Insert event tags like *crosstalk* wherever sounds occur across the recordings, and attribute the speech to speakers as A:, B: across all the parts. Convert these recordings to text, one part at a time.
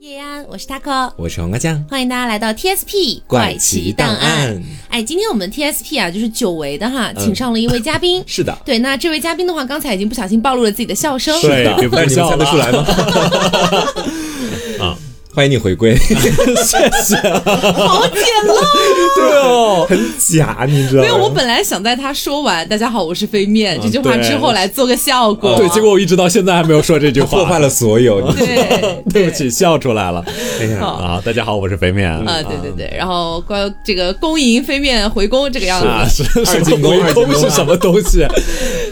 A: 叶安，我是 Taco，
B: 我是黄瓜酱，
A: 欢迎大家来到 TSP
B: 怪奇档案。嗯
A: 哎，今天我们 TSP 啊，就是久违的哈，请上了一位嘉
B: *laughs*
A: 宾。
B: 是的，
A: 对，那这位嘉宾的话，刚才已经不小心暴露了自己的笑声。
B: 是的，
C: 对别不
B: 但是你们
C: 笑
B: 猜得
C: 了
B: 出来吗？ *laughs*
C: 啊，
B: 欢迎你回 *laughs* 归，
C: 谢谢。
A: 好简陋。
B: 对哦，很假，你知道
A: 哦没
B: 吗？
A: 有，我本来想在他说完“大家好，我是飞
B: 嗯
A: 面”这句话
C: 对
A: 之后来做个效果。
C: 对，结果我一直到现在还没有说这句话，
B: 破坏了所有。你 *laughs*
A: 对
C: *laughs* 对不起，笑出来了。
B: 哎呀，
C: 啊，大家好，我是肥面。
A: 啊，对对对，然后关这个恭迎飞面回宫这个样子。
C: 啊，是
B: 二
C: 什
B: 进
C: 么
B: 宫
C: 围
B: 二进
C: 攻
B: 宫
C: 是什么东西？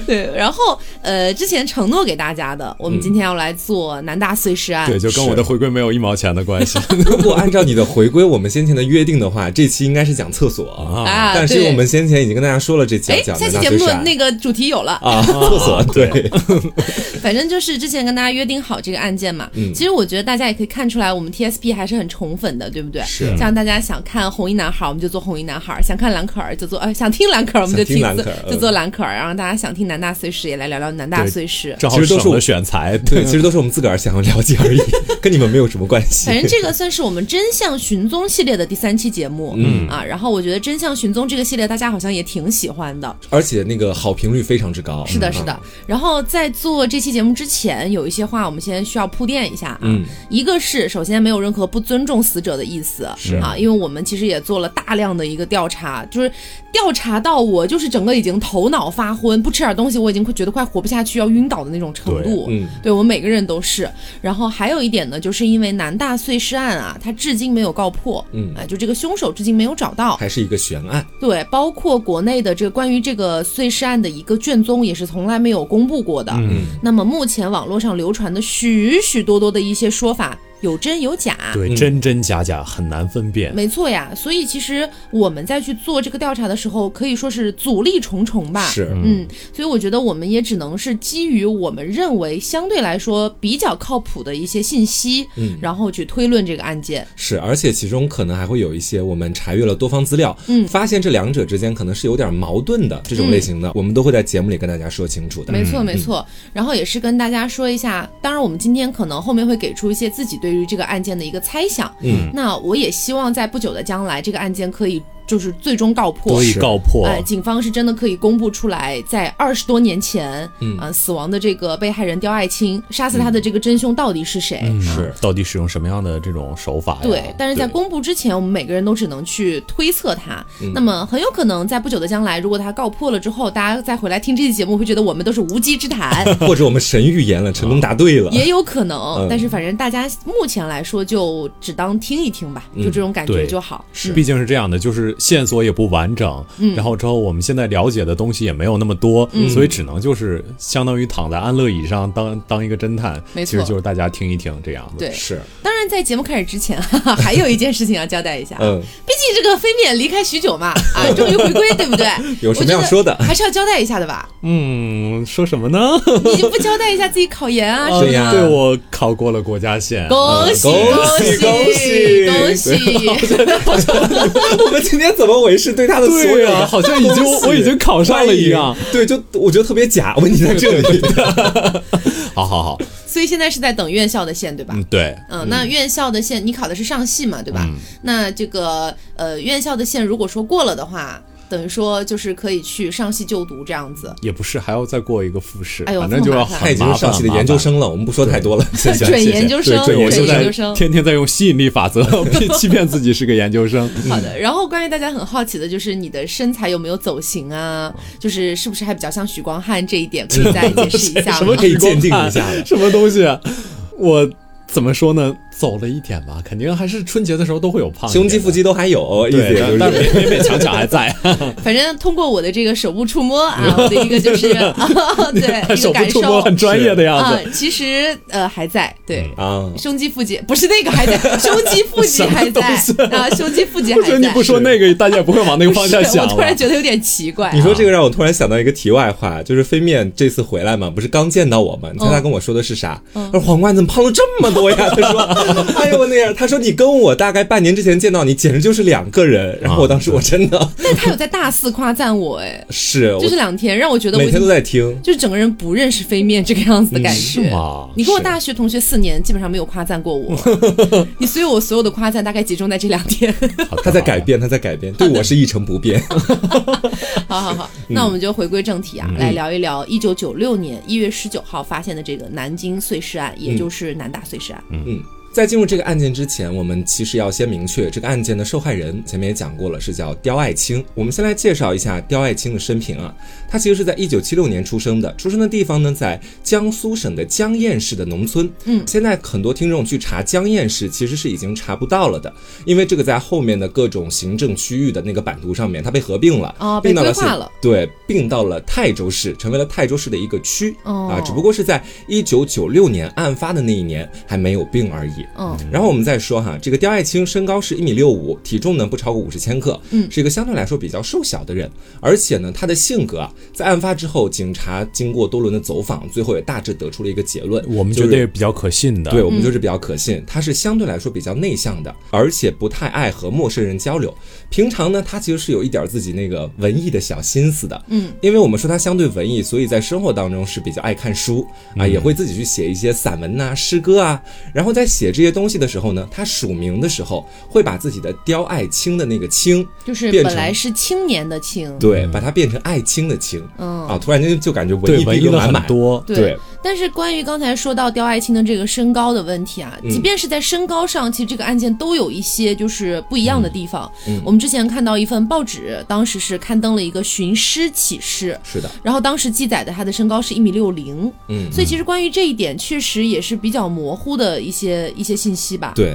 A: 对，然后呃，之前承诺给大家的，
B: 嗯
A: 我们今天要来做南大碎尸案。
C: 对，就跟我的回归没有一毛钱的关系
B: 如果按照你的回归，我们先前的约定的话，这期应该是讲厕所
A: 啊
B: 但是
A: 对
B: 我们先前已经跟大家说了，这期
A: 哎
B: 要，讲
A: 下
B: 的
A: 期
B: 纳
A: 节目
B: 粹
A: 的
B: 啥
A: 那个主题有了，
B: 啊，厕所对，
A: 反正就是之前跟大家约定好这个案件嘛。
B: 嗯
A: 其实我觉得大家也可以看出来，我们 TSP 还是很宠粉的，对不对？
B: 是
A: 像大家想看红衣男孩，我们就做红衣男孩；想看蓝可儿，就做呃，想听蓝可儿，我们就
B: 想听蓝可儿嗯
A: 就做蓝可儿。然后大家想听南大碎尸，也来聊聊南大碎
B: *laughs*
A: 尸。
C: 正好
B: 其实都是
C: 省
B: 我
C: 了选材。
B: 对，其实都是我们自个儿想要了解而已， *laughs* 跟你们没有什么关系。
A: 反正这个算是我们真相寻踪系列的第三期节目，嗯啊，然后我觉得真相寻踪这个系列大家好像也挺喜欢的，
B: 而且那个好评率非常之高。嗯
A: 是的，是的。然后在做这期节目之前，有一些话我们先需要铺垫一下啊。
B: 嗯
A: 一个是首先没有任何不尊重死者的意思，
B: 是
A: 啊，因为我们其实也做了大量的一个调查，就是调查到我就是整个已经头脑发昏，不吃点东西我已经快觉得快活不下去要晕倒的那种程度。
B: 嗯，
A: 对我们每个人都是。然后还有一点呢，就是因为南大碎尸案啊，它至今没有告破，
B: 嗯
A: 哎，就这个凶手至今没有找到。
B: 还是一个悬案。
A: 对，包括国内的这个关于这个碎尸案的一个卷宗，也是从来没有公布过的。
C: 嗯，
A: 那么目前网络上流传的许许多多的一些说法，有真有假。
C: 对，真真假假很难分辨。
A: 没错呀，所以其实我们在去做这个调查的时候，可以说是阻力重重吧。
B: 是，
A: 嗯，所以我觉得我们也只能是基于我们认为相对来说比较靠谱的一些信息，嗯，然后去推论这个案件。
B: 是，而且其中可能还会有一些我们查阅了多方资料，嗯，发现这两者之间可能是有点矛盾的这种类型的，我们都会在节目里跟大家说清楚的。
A: 嗯没错，没错。然后也是跟大家说一下，当然我们今天可能后面会给出一些自己对于这个案件的一个猜想。
B: 嗯，
A: 那我也希望在不久的将来，这个案件可以就是最终告破
C: 所。以
B: 是
C: 告破
A: 哎，警方是真的可以公布出来，在二十多年前，
B: 嗯
A: 啊、死亡的这个被害人刁爱青杀死他的这个真凶到底是谁？
C: 嗯
B: 是
C: 到底使用什么样的这种手法呀？
A: 对，但是在公布之前，我们每个人都只能去推测它。那么很有可能在不久的将来，如果它告破了之后，大家再回来听这期节目，会觉得我们都是无稽之谈，
B: 或者我们神预言了，成龙答对了，
A: *laughs* 也有可能
B: 嗯。
A: 但是反正大家目前来说，就只当听一听
B: 嗯
A: 吧，就这种感觉
C: 对
A: 就好。
B: 是
C: 毕竟是这样的，就是线索也不完整，
A: 嗯
C: 然后之后我们现在了解的东西也没有那么多，所以只能就是相当于躺在安乐椅上当当一个侦探，
A: 没错
C: 其实就是大家听一听这样子。
A: 对
B: *laughs* 是， *laughs*
A: 当然，在节目开始之前， *laughs* 哈哈，还有一件事情要交代一下。啊
B: 嗯，
A: 毕竟这个飞面离开许久嘛， *laughs* 啊，终于回归，对不对？
B: *laughs* 有什么要说的
A: 我觉得还是要交代一下的
B: *laughs*
A: 吧？
C: 嗯，说什么呢？
A: 你就不交代一下自己考研啊？
B: 对呀
C: 对我考过了国家线，
A: 恭喜
B: 嗯恭喜
A: 喜
B: 恭
A: 恭
B: 喜
A: 喜！
B: 我们今天怎么回事？对他的所
C: 对
B: 有
C: 啊，
B: 的
C: 好像已
A: *laughs*
C: 经
B: 恭喜
C: 我已经考上了一样。，
B: 对，就我觉得特别假，问题在这里。
C: 好好好，
A: *laughs* 所以现在是在等院校的线，对吧？
C: 嗯，对，
A: 嗯，那院校的线，你考的是上戏嘛，对吧？那这个呃，院校的线如果说过了的话，等于说就是可以去上戏就读这样子。
C: 也不是还要再过一个复试，
A: 哎呦
C: 反正就要很麻
B: 他
C: 烦。
B: 已经是上戏的研究
C: 很麻烦。
B: 生了，我们不说太多了。
A: *laughs*
B: 谢 *laughs* 谢
A: 准研究生，
B: 对
A: 准
C: 我现
A: 研
C: 在
A: 究生。
C: 天天在用吸引力法则 *laughs* 骗欺骗自己是个研究生。
A: 好的，然后关于大家很好奇的就是你的身材有没有走形啊？
C: 嗯
A: 就是是不是还比较像许光汉这一点，可以再解释一下吗？
C: *laughs* 什
B: *laughs*
C: 么
B: 可以鉴定一
C: *laughs*
B: 下了
C: 什么东西？啊我怎么说呢？走了一点吧， *laughs* 肯定还是春节的时候都会有胖一点
B: 胸
C: 的
B: 肌腹。肌都还有，意思
C: 对
B: 也就，是
C: 但但勉 *laughs* 勉强强还在，
A: 反正通过我的这个手部触摸啊，我的一个就是
C: *laughs*
A: 啊对一
C: 手
A: 个
C: 部
A: 感
C: 触摸
A: 受
C: 很专业的嗯样
A: 啊
C: 子。，
A: 其实呃还在对。
B: 啊，
A: 胸肌、腹肌不是那个还在，胸肌、腹肌还在
C: *laughs* 什么东西
A: 啊，胸肌、腹肌还
C: 我觉得
A: 在。
C: 你不说那个，大家也不会往那个方向
A: 是
C: 想
A: *laughs* 我突然
C: 了。
A: 觉得有点奇怪。
B: 你说这个让我突然想到一个题外话，就是飞面这次回来嘛，不是刚见到我们，你猜他跟我说的是啥？他说：“黄瓜，你怎么胖了这么多呀？” *laughs* 他说：“哎呦我那样，他说你跟我大概半年之前见到你，简直就是两个人。然后我当时我真的
A: 但他有在大肆夸赞我，哎，
B: 是，我
A: 就这两天让我觉得我
B: 每
A: 已
B: 天都
A: 经
B: 在听。
A: 就是整个人不认识飞面这个样子的感
C: 是
A: 觉。
C: 吗？
A: 你跟我
B: 是
A: 大学同学四年，基本上没有夸赞过我，你所以我所有的夸赞大概集中在这两天。
C: 好的
B: 他在改，变，他在改变，对我是一成不变。
A: 好好好，那我们就回归正题啊，来聊一聊一九九六年一月十九号发现的这个南京碎尸案，也就是南大碎尸案。
B: 嗯，在进入这个案件之前，我们其实要先明确这个案件的受害人，前面也讲过了，是叫刁爱青。我们先来介绍一下刁爱青的生平啊，她其实是在一九七六年出生的，出生的地方呢在江苏省的江堰市的农村。嗯，现在很多听众去查江堰市，其实是已经查不到了的，因为这个在后面的各种行政区域的那个版图上面，它被合并了，
A: 哦被
B: 并到了
A: 规划
B: 现
A: 了
B: 对，并到了泰州市，成为了泰州市的一个区、
A: 哦
B: 啊，只不过是在一九九六年案发的那一年还没有病而已。啊
A: 嗯，
B: 然后我们再说哈，这个刁爱青身高是一米六五，体重呢不超过五十千克，
A: 嗯
B: 是一个相对来说比较瘦小的人，而且呢，他的性格啊，在案发之后，警察经过多轮的走访，最后也大致得出了一个结论，
C: 我们
B: 就
C: 觉
B: 是
C: 得也比较可信的。嗯
B: 对，我们就是比较可信。他是相对来说比较内向的，而且不太爱和陌生人交流。平常呢，他其实是有一点自己那个文艺的小心思的。
A: 嗯，
B: 因为我们说他相对文艺，所以在生活当中是比较爱看书
C: 嗯
B: 啊，也会自己去写一些散文呐、诗歌啊。然后在写这些东西的时候呢，他署名的时候会把自己的刁爱青的那个青，
A: 就是
B: 变
A: 本
B: 成
A: 来是青年的青，
B: 对，把它变成爱青的青。
A: 嗯
B: 啊，突然间就感觉文
C: 嗯对
B: 艺
C: 文
B: 逼
C: 艺
B: 格
C: 了
B: 满
C: 很
B: 满。
C: 多。
A: 对
B: 对
A: 但是关于刚才说到刁爱青的这个身高的问题啊，
B: 嗯
A: 即便是在身高上，其实这个案件都有一些就是不一样的地方。
B: 嗯
A: 我们之前看到一份报纸，当时是刊登了一个寻尸启事。
B: 是的，
A: 然后当时记载的他的身高是一米六零，
B: 嗯。
A: 所以其实关于这一点确实也是比较模糊的一些一些信息吧。
B: 对，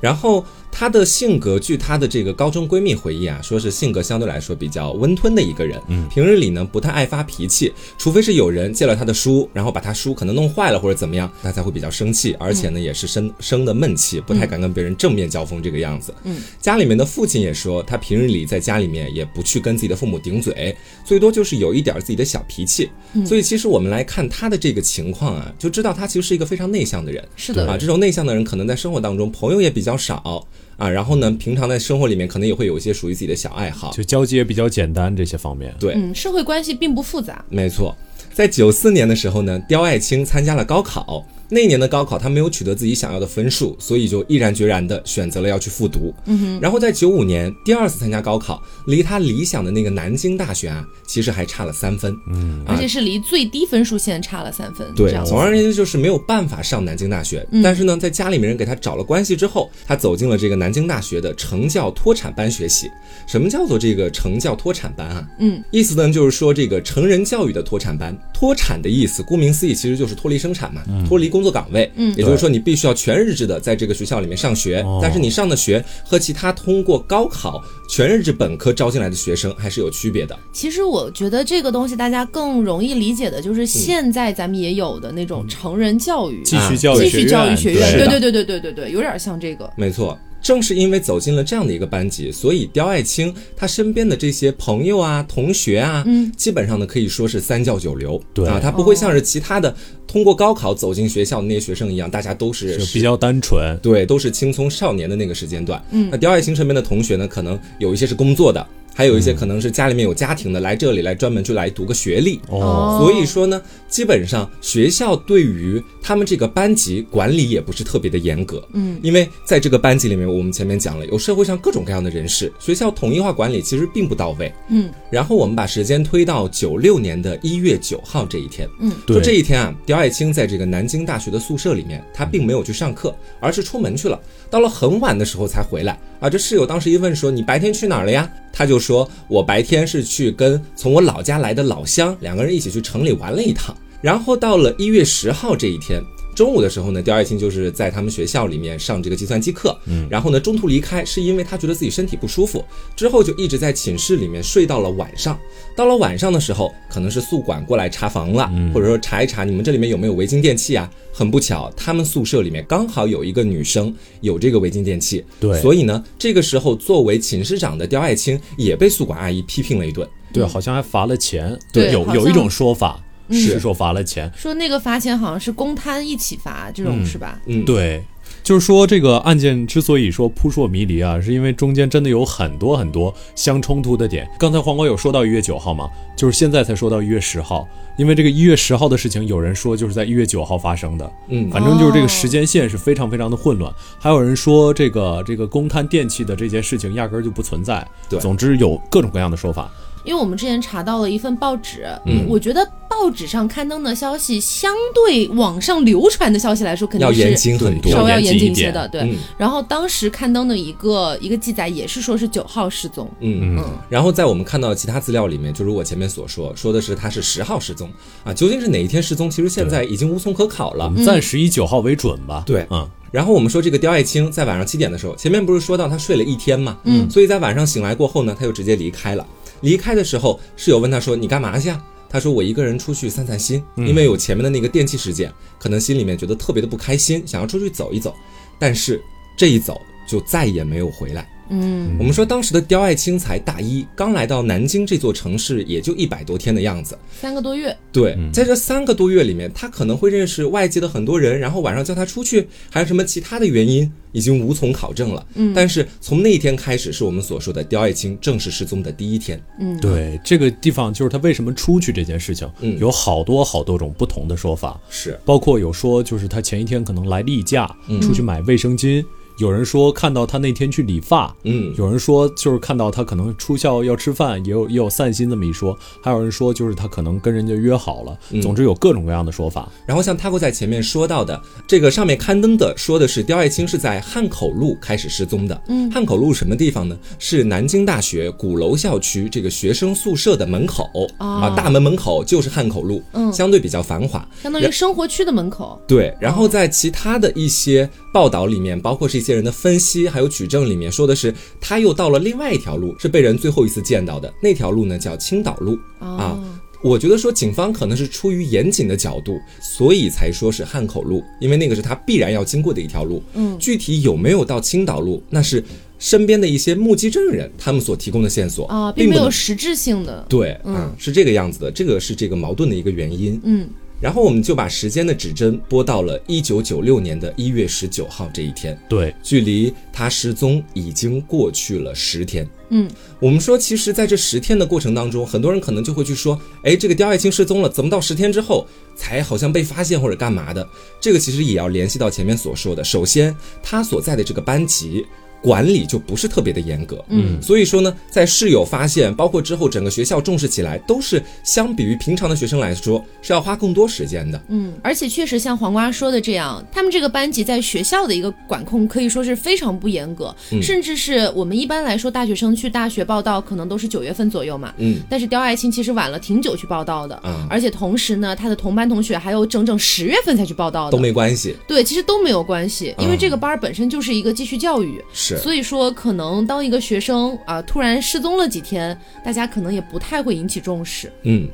B: 然后她的性格，据她的这个高中闺蜜回忆啊，说是性格相对来说比较温吞的一个人，嗯，平日里呢不太爱发脾气，除非是有人借了她的书，然后把她书可能弄坏了或者怎么样，她才会比较生气，而
A: 嗯
B: 且呢也是生生的闷气，不太敢跟别人正面交锋这个样子。
A: 嗯，
B: 家里面的父亲也说，她平日里在家里面也不去跟自己的父母顶嘴，最多就是有一点儿自己的小脾气。
A: 嗯
B: 所以其实我们来看她的这个情况啊，就知道她其实是一个非常内向的人。
A: 是的，
B: 啊，这种内向的人可能在生活当中朋友也比较少啊，然后呢，平常在生活里面可能也会有一些属于自己的小爱好。
C: 就交接比较简单这些方面。
B: 对，
A: 嗯，社会关系并不复杂。
B: 没错，在九四年的时候呢，刁爱青参加了高考。那一年的高考，她没有取得自己想要的分数，所以就毅然决然的选择了要去复读。嗯哼。然后在九五年第二次参加高考，离她理想的那个南京大学啊，其实还差了三分。嗯。
A: 而且是离最低分数线差了三分，
B: 对
A: 这样，子
B: 总而言之就是没有办法上南京大学。但是呢，在家里面人给他找了关系之后，他走进了这个南京大学的成教脱产班学习。什么叫做这个成教脱产班啊？
A: 嗯，
B: 意思呢就是说这个成人教育的脱产班，脱产的意思，顾名思义其实就是脱离生产嘛，脱离工作岗位。嗯，也就是说你必须要全日制的在这个学校里面上学，
C: 哦
B: 但是你上的学和其他通过高考全日制本科招进来的学生还是有区别的。
A: 其实我觉得这个东西大家更容易理解的就是现在咱们也有的那种成人教育，
C: 嗯继续
B: 啊
C: 教
A: 继
C: 育
A: 续教育学院，
C: 对
A: 对对
B: 的
A: 对对对对对，有点像这个。
B: 没错，正是因为走进了这样的一个班级，所以刁爱青她身边的这些朋友啊、同学啊，
A: 嗯
B: 基本上呢可以说是三教九流。
C: 对
B: 啊，她不会像是其他的、通过高考走进学校的那些学生一样，大家都是
C: 就比。较单纯。
B: 对，都是青葱少年的那个时间段。嗯，那刁爱青身边的同学呢，可能有一些是工作的，还有一些可能是家里面有家庭的，来这里来专门就来读个学历。
C: 哦，
B: 所以说呢，基本上学校对于他们这个班级管理也不是特别的严格，嗯，因为在这个班级里面，我们前面讲了，有社会上各种各样的人士，学校统一化管理其实并不到位，
A: 嗯。
B: 然后我们把时间推到九六年的一月九号这一天，
A: 嗯，
B: 就
C: 对
B: 这一天啊，刁爱青在这个南京大学的宿舍里面，她并没有去上课，而是出门去了，到了很晚的时候才回来啊。这室友当时一问说：“你白天去哪儿了呀？”她就说：“我白天是去跟从我老家来的老乡两个人一起去城里玩了一趟。”然后到了一月十号这一天。中午的时候呢，刁爱青就是在他们学校里面上这个计算机课，嗯，然后呢中途离开是因为她觉得自己身体不舒服，之后就一直在寝室里面睡到了晚上。到了晚上的时候，可能是宿管过来查房了，或者说查一查你们这里面有没有违禁电器啊。很不巧，他们宿舍里面刚好有一个女生有这个违禁电器，
C: 对
B: 所以呢，这个时候作为寝室长的刁爱青也被宿管阿姨批评了一顿。
C: 对，好像还罚了钱。
A: 对
C: 有
A: 好像嗯
C: 有一种说法
B: 是
C: 是说罚了钱。
A: 说那个罚钱好像是公摊一起罚这种是吧？
B: 嗯，
C: 对，就是说这个案件之所以说扑朔迷离啊，是因为中间真的有很多很多相冲突的点。刚才黄瓜有说到一月九号嘛，就是现在才说到一月十号，因为这个一月十号的事情，有人说就是在一月九号发生的，
B: 嗯
C: 反正就是这个时间线是非常非常的混乱。还有人说这个这个公摊电器的这件事情压根儿就不存在，
B: 对
C: 总之有各种各样的说法。
A: 因为我们之前查到了一份报纸，嗯，我觉得报纸上刊登的消息，相对网上流传的消息来说，肯定
B: 要
A: 是
B: 严谨很
C: 对
A: 稍
B: 多
A: 微。要
C: 要严
A: 严
C: 谨
A: 谨
C: 一
A: 一些
C: 点
A: 的，对。
B: 嗯
A: 然后当时刊登的一个一个记载也是说是九号失踪，
B: 嗯，然后在我们看到的其他资料里面，就如我前面所说，说的是他是十号失踪啊，究竟是哪一天失踪，其实现在已经无从可考
C: 我
B: 了。
C: 们暂时以九号为准吧。
B: 对
C: 嗯，
B: 然后我们说这个刁爱青在晚上七点的时候，前面不是说到她睡了一天嘛，嗯，所以在晚上醒来过后呢，她就直接离开了。离开的时候，室友问她说：“你干嘛去啊？”她说：“我一个人出去散散心，因为有前面的那个电器事件，可能心里面觉得特别的不开心，想要出去走一走。”但是这一走就再也没有回来。
A: 嗯，
B: 我们说当时的刁爱青才大一，刚来到南京这座城市，也就一百多天的样子。
A: 三个多月，
B: 对，在这三个多月里面，他可能会认识外界的很多人，然后晚上叫他出去，还有什么其他的原因，已经无从考证了。嗯，但是从那一天开始，是我们所说的刁爱青正式失踪的第一天。
C: 对，这个地方就是他为什么出去这件事情，
B: 嗯
C: 有好多好多种不同的说法，
B: 是，
C: 包括有说就是他前一天可能来例假，
B: 嗯
C: 出去买卫生巾，有人说看到他那天去理发。
B: 嗯，
C: 有人说就是看到他可能出校要吃饭，也有也有散心这么一说，还有人说就是他可能跟人家约好了，
B: 嗯
C: 总之有各种各样的说法。
B: 然后像 Taco 在前面说到的，这个上面刊登的说的是刁爱青是在汉口路开始失踪的。嗯，汉口路什么地方呢？是南京大学鼓楼校区这个学生宿舍的门口、啊，大门门口就是汉口路，嗯，相对比较繁华。
A: 相当于生活区的门口，
B: 对，然后在其他的一些报道里面，包括是一些人的分析，还有举证里面说的是，他又到了另外一条路，是被人最后一次见到的那条路呢，叫青岛路、啊。我觉得说警方可能是出于严谨的角度，所以才说是汉口路，因为那个是他必然要经过的一条路。嗯，具体有没有到青岛路，那是身边的一些目击证人他们所提供的线索
A: 啊，并
B: 哦并
A: 没
B: 不
A: 有
B: 能
A: 实质性的，
B: 对，嗯，是这个样子的，这个是这个矛盾的一个原因。
A: 嗯，
B: 然后我们就把时间的指针拨到了一九九六年的一月十九号这一天，
C: 对，
B: 距离他失踪已经过去了十天。
A: 嗯，
B: 我们说，其实在这十天的过程当中，很多人可能就会去说，哎，这个刁爱青失踪了，怎么到十天之后才好像被发现或者干嘛的？这个其实也要联系到前面所说的，首先他所在的这个班级。管理就不是特别的严格，嗯，所以说呢，在室友发现，包括之后整个学校重视起来，都是相比于平常的学生来说是要花更多时间的，
A: 嗯，而且确实像黄瓜说的这样，他们这个班级在学校的一个管控可以说是非常不严格，
B: 嗯
A: 甚至是我们一般来说大学生去大学报道可能都是九月份左右嘛，
B: 嗯，
A: 但是刁爱青其实晚了挺久去报道的，
B: 啊
A: 而且同时呢，他的同班同学还有整整十月份才去报道
B: 都
A: 的，
B: 没关系，
A: 对，其实都没有关系，因为
B: 啊
A: 这个班儿本身就是一个继续教育，
B: 是
A: 所以说可能当一个学生啊、突然失踪了几天，大家可能也不太会引起重视。
B: 嗯，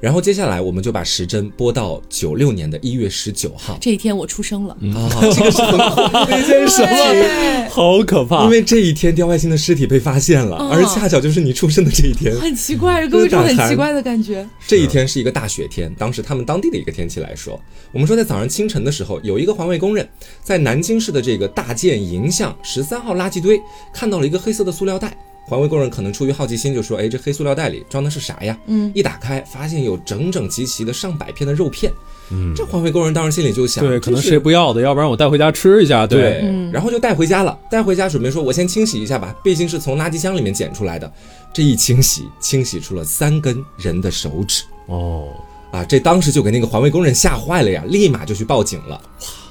B: 然后接下来我们就把时针拨到九六年的一月十九号
A: 这一天我出生了，
B: 啊，这个是很恐怖的一件事情。
A: 对，
C: 好可怕
B: 因为这一天，刁爱青的尸体被发现了，而恰巧就是你出生的这一天。
A: 很奇怪，给
B: 就
A: 我
B: 是
A: 一种
B: 打
A: 很
B: 寒
A: 奇怪的感觉。
B: 这一天是一个大雪天，当时他们当地的一个天气来说，我们说在早上清晨的时候，有一个环卫工人在南京市的这个大建营巷十三号垃圾堆看到了一个黑色的塑料袋。环卫工人可能出于好奇心就说：“哎，这黑塑料袋里装的是啥呀？”嗯，一打开发现有整整齐齐的上百片的肉片。嗯，这环卫工人当时心里就想：
C: 对，可能
B: 这是
C: 谁不要的，要不然我带回家吃一下。
B: 对，然后就带回家了。带回家准备说，我先清洗一下吧，毕竟是从垃圾箱里面捡出来的。这一清洗，清洗出了三根人的手指
C: 哦，
B: 啊！这当时就给那个环卫工人吓坏了呀，立马就去报警了。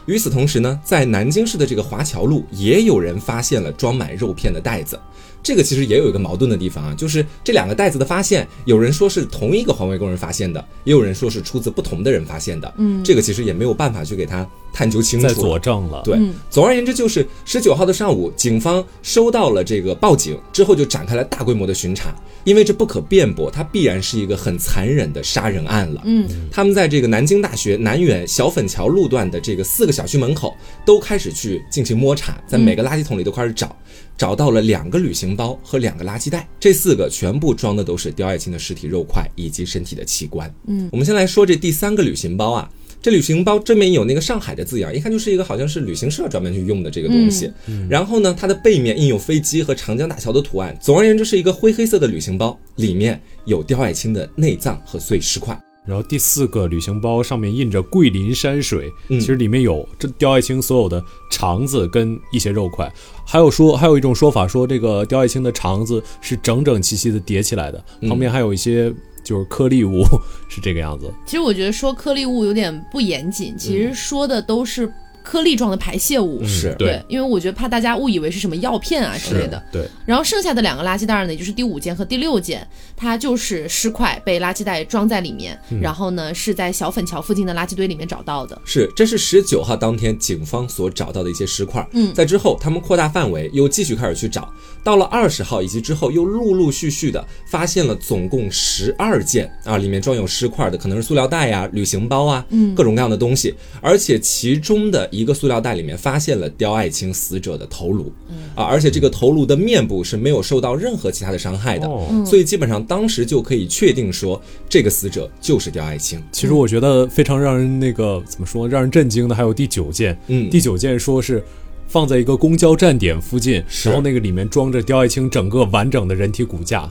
B: 与此同时呢，在南京市的这个华侨路，也有人发现了装满肉片的袋子。这个其实也有一个矛盾的地方啊，就是这两个袋子的发现，有人说是同一个环卫工人发现的，也有人说是出自不同的人发现的。嗯，这个其实也没有办法去给他探究清楚
C: 在
B: 了。
C: 佐证嗯了。
B: 对，总而言之，就是十九号的上午，警方收到了这个报警之后，就展开了大规模的巡查，因为这不可辩驳，它必然是一个很残忍的杀人案了。嗯，他们在这个南京大学南园小粉桥路段的这个四个小区门口都开始去进行摸查，在每个垃圾桶里都开始找。找到了两个旅行包和两个垃圾袋，这四个全部装的都是刁爱青的尸体肉块以及身体的器官。嗯，我们先来说这第三个旅行包啊。这旅行包正面有那个上海的字样，一看就是一个好像是旅行社专门去用的这个东西。然后呢，它的背面印有飞机和长江大桥的图案。总而言之，是一个灰黑色的旅行包，里面有刁爱青的内脏和碎尸块。
C: 然后第四个旅行包上面印着桂林山水，
B: 嗯
C: 其实里面有这刁爱青所有的肠子跟一些肉块，还有说还有一种说法说这个刁爱青的肠子是整整齐齐的叠起来的，
B: 嗯
C: 旁边还有一些就是颗粒物，是这个样子。
A: 其实我觉得说颗粒物有点不严谨，其实说的都是颗粒状的排泄物。
B: 是
C: 对
A: 对，因为我觉得怕大家误以为是什么药片啊之类的。
C: 对，
B: 嗯
A: 然后剩下的两个垃圾袋呢，也就是第五件和第六件，它就是尸块被垃圾袋装在里面，然后呢是在小粉桥附近的垃圾堆里面找到的。
B: 是，这是十九号当天警方所找到的一些尸块。嗯，在之后他们扩大范围，又继续开始去找，到了二十号以及之后，又陆陆续续的发现了总共十二件啊，里面装有尸块的，可能是塑料袋呀、旅行包啊，嗯，各种各样的东西。而且其中的一个塑料袋里面发现了刁爱青死者的头颅，啊，而且这个头颅的面部是没有受到任何其他的伤害的，
C: 哦
B: 所以基本上当时就可以确定说，这个死者就是刁爱青。
C: 其实我觉得非常让人那个怎么说，让人震惊的还有第九件，
B: 嗯
C: 第九件说是放在一个公交站点附近，然后那个里面装着刁爱青整个完整的人体骨架，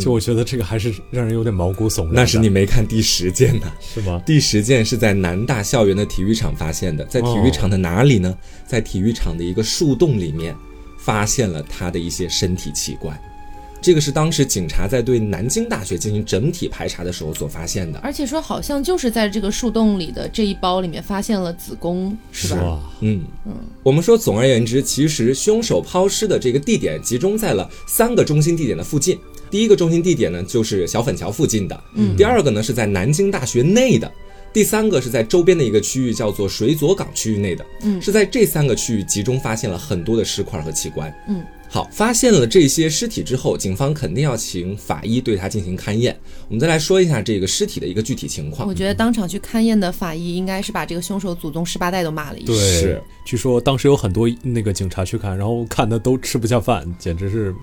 C: 就我觉得这个还是让人有点毛骨悚然的。
B: 嗯那是你没看第十件呢。
C: 是吗？
B: 第十件是在南大校园的体育场发现的，在体育场的哪里呢？在体育场的一个树洞里面，发现了他的一些身体器官。这个是当时警察在对南京大学进行整体排查的时候所发现的。
A: 而且说好像就是在这个树洞里的这一包里面发现了子宫，是吧？
C: 哇，
B: 嗯嗯，我们说，总而言之，其实凶手抛尸的这个地点集中在了三个中心地点的附近。第一个中心地点呢，就是小粉桥附近的；嗯，第二个呢是在南京大学内的；第三个是在周边的一个区域，叫做水佐港区域内的。嗯，是在这三个区域集中发现了很多的尸块和器官。
A: 嗯。
B: 好，发现了这些尸体之后，警方肯定要请法医对它进行勘验。我们再来说一下这个尸体的一个具体情况
A: 我。觉得当场去勘验的法医应该是把这个凶手祖宗十八代都骂了一
C: 对，
A: 顿。
B: 是
C: 据说当时有很多那个警察去看，然后看的都吃不下饭，简直是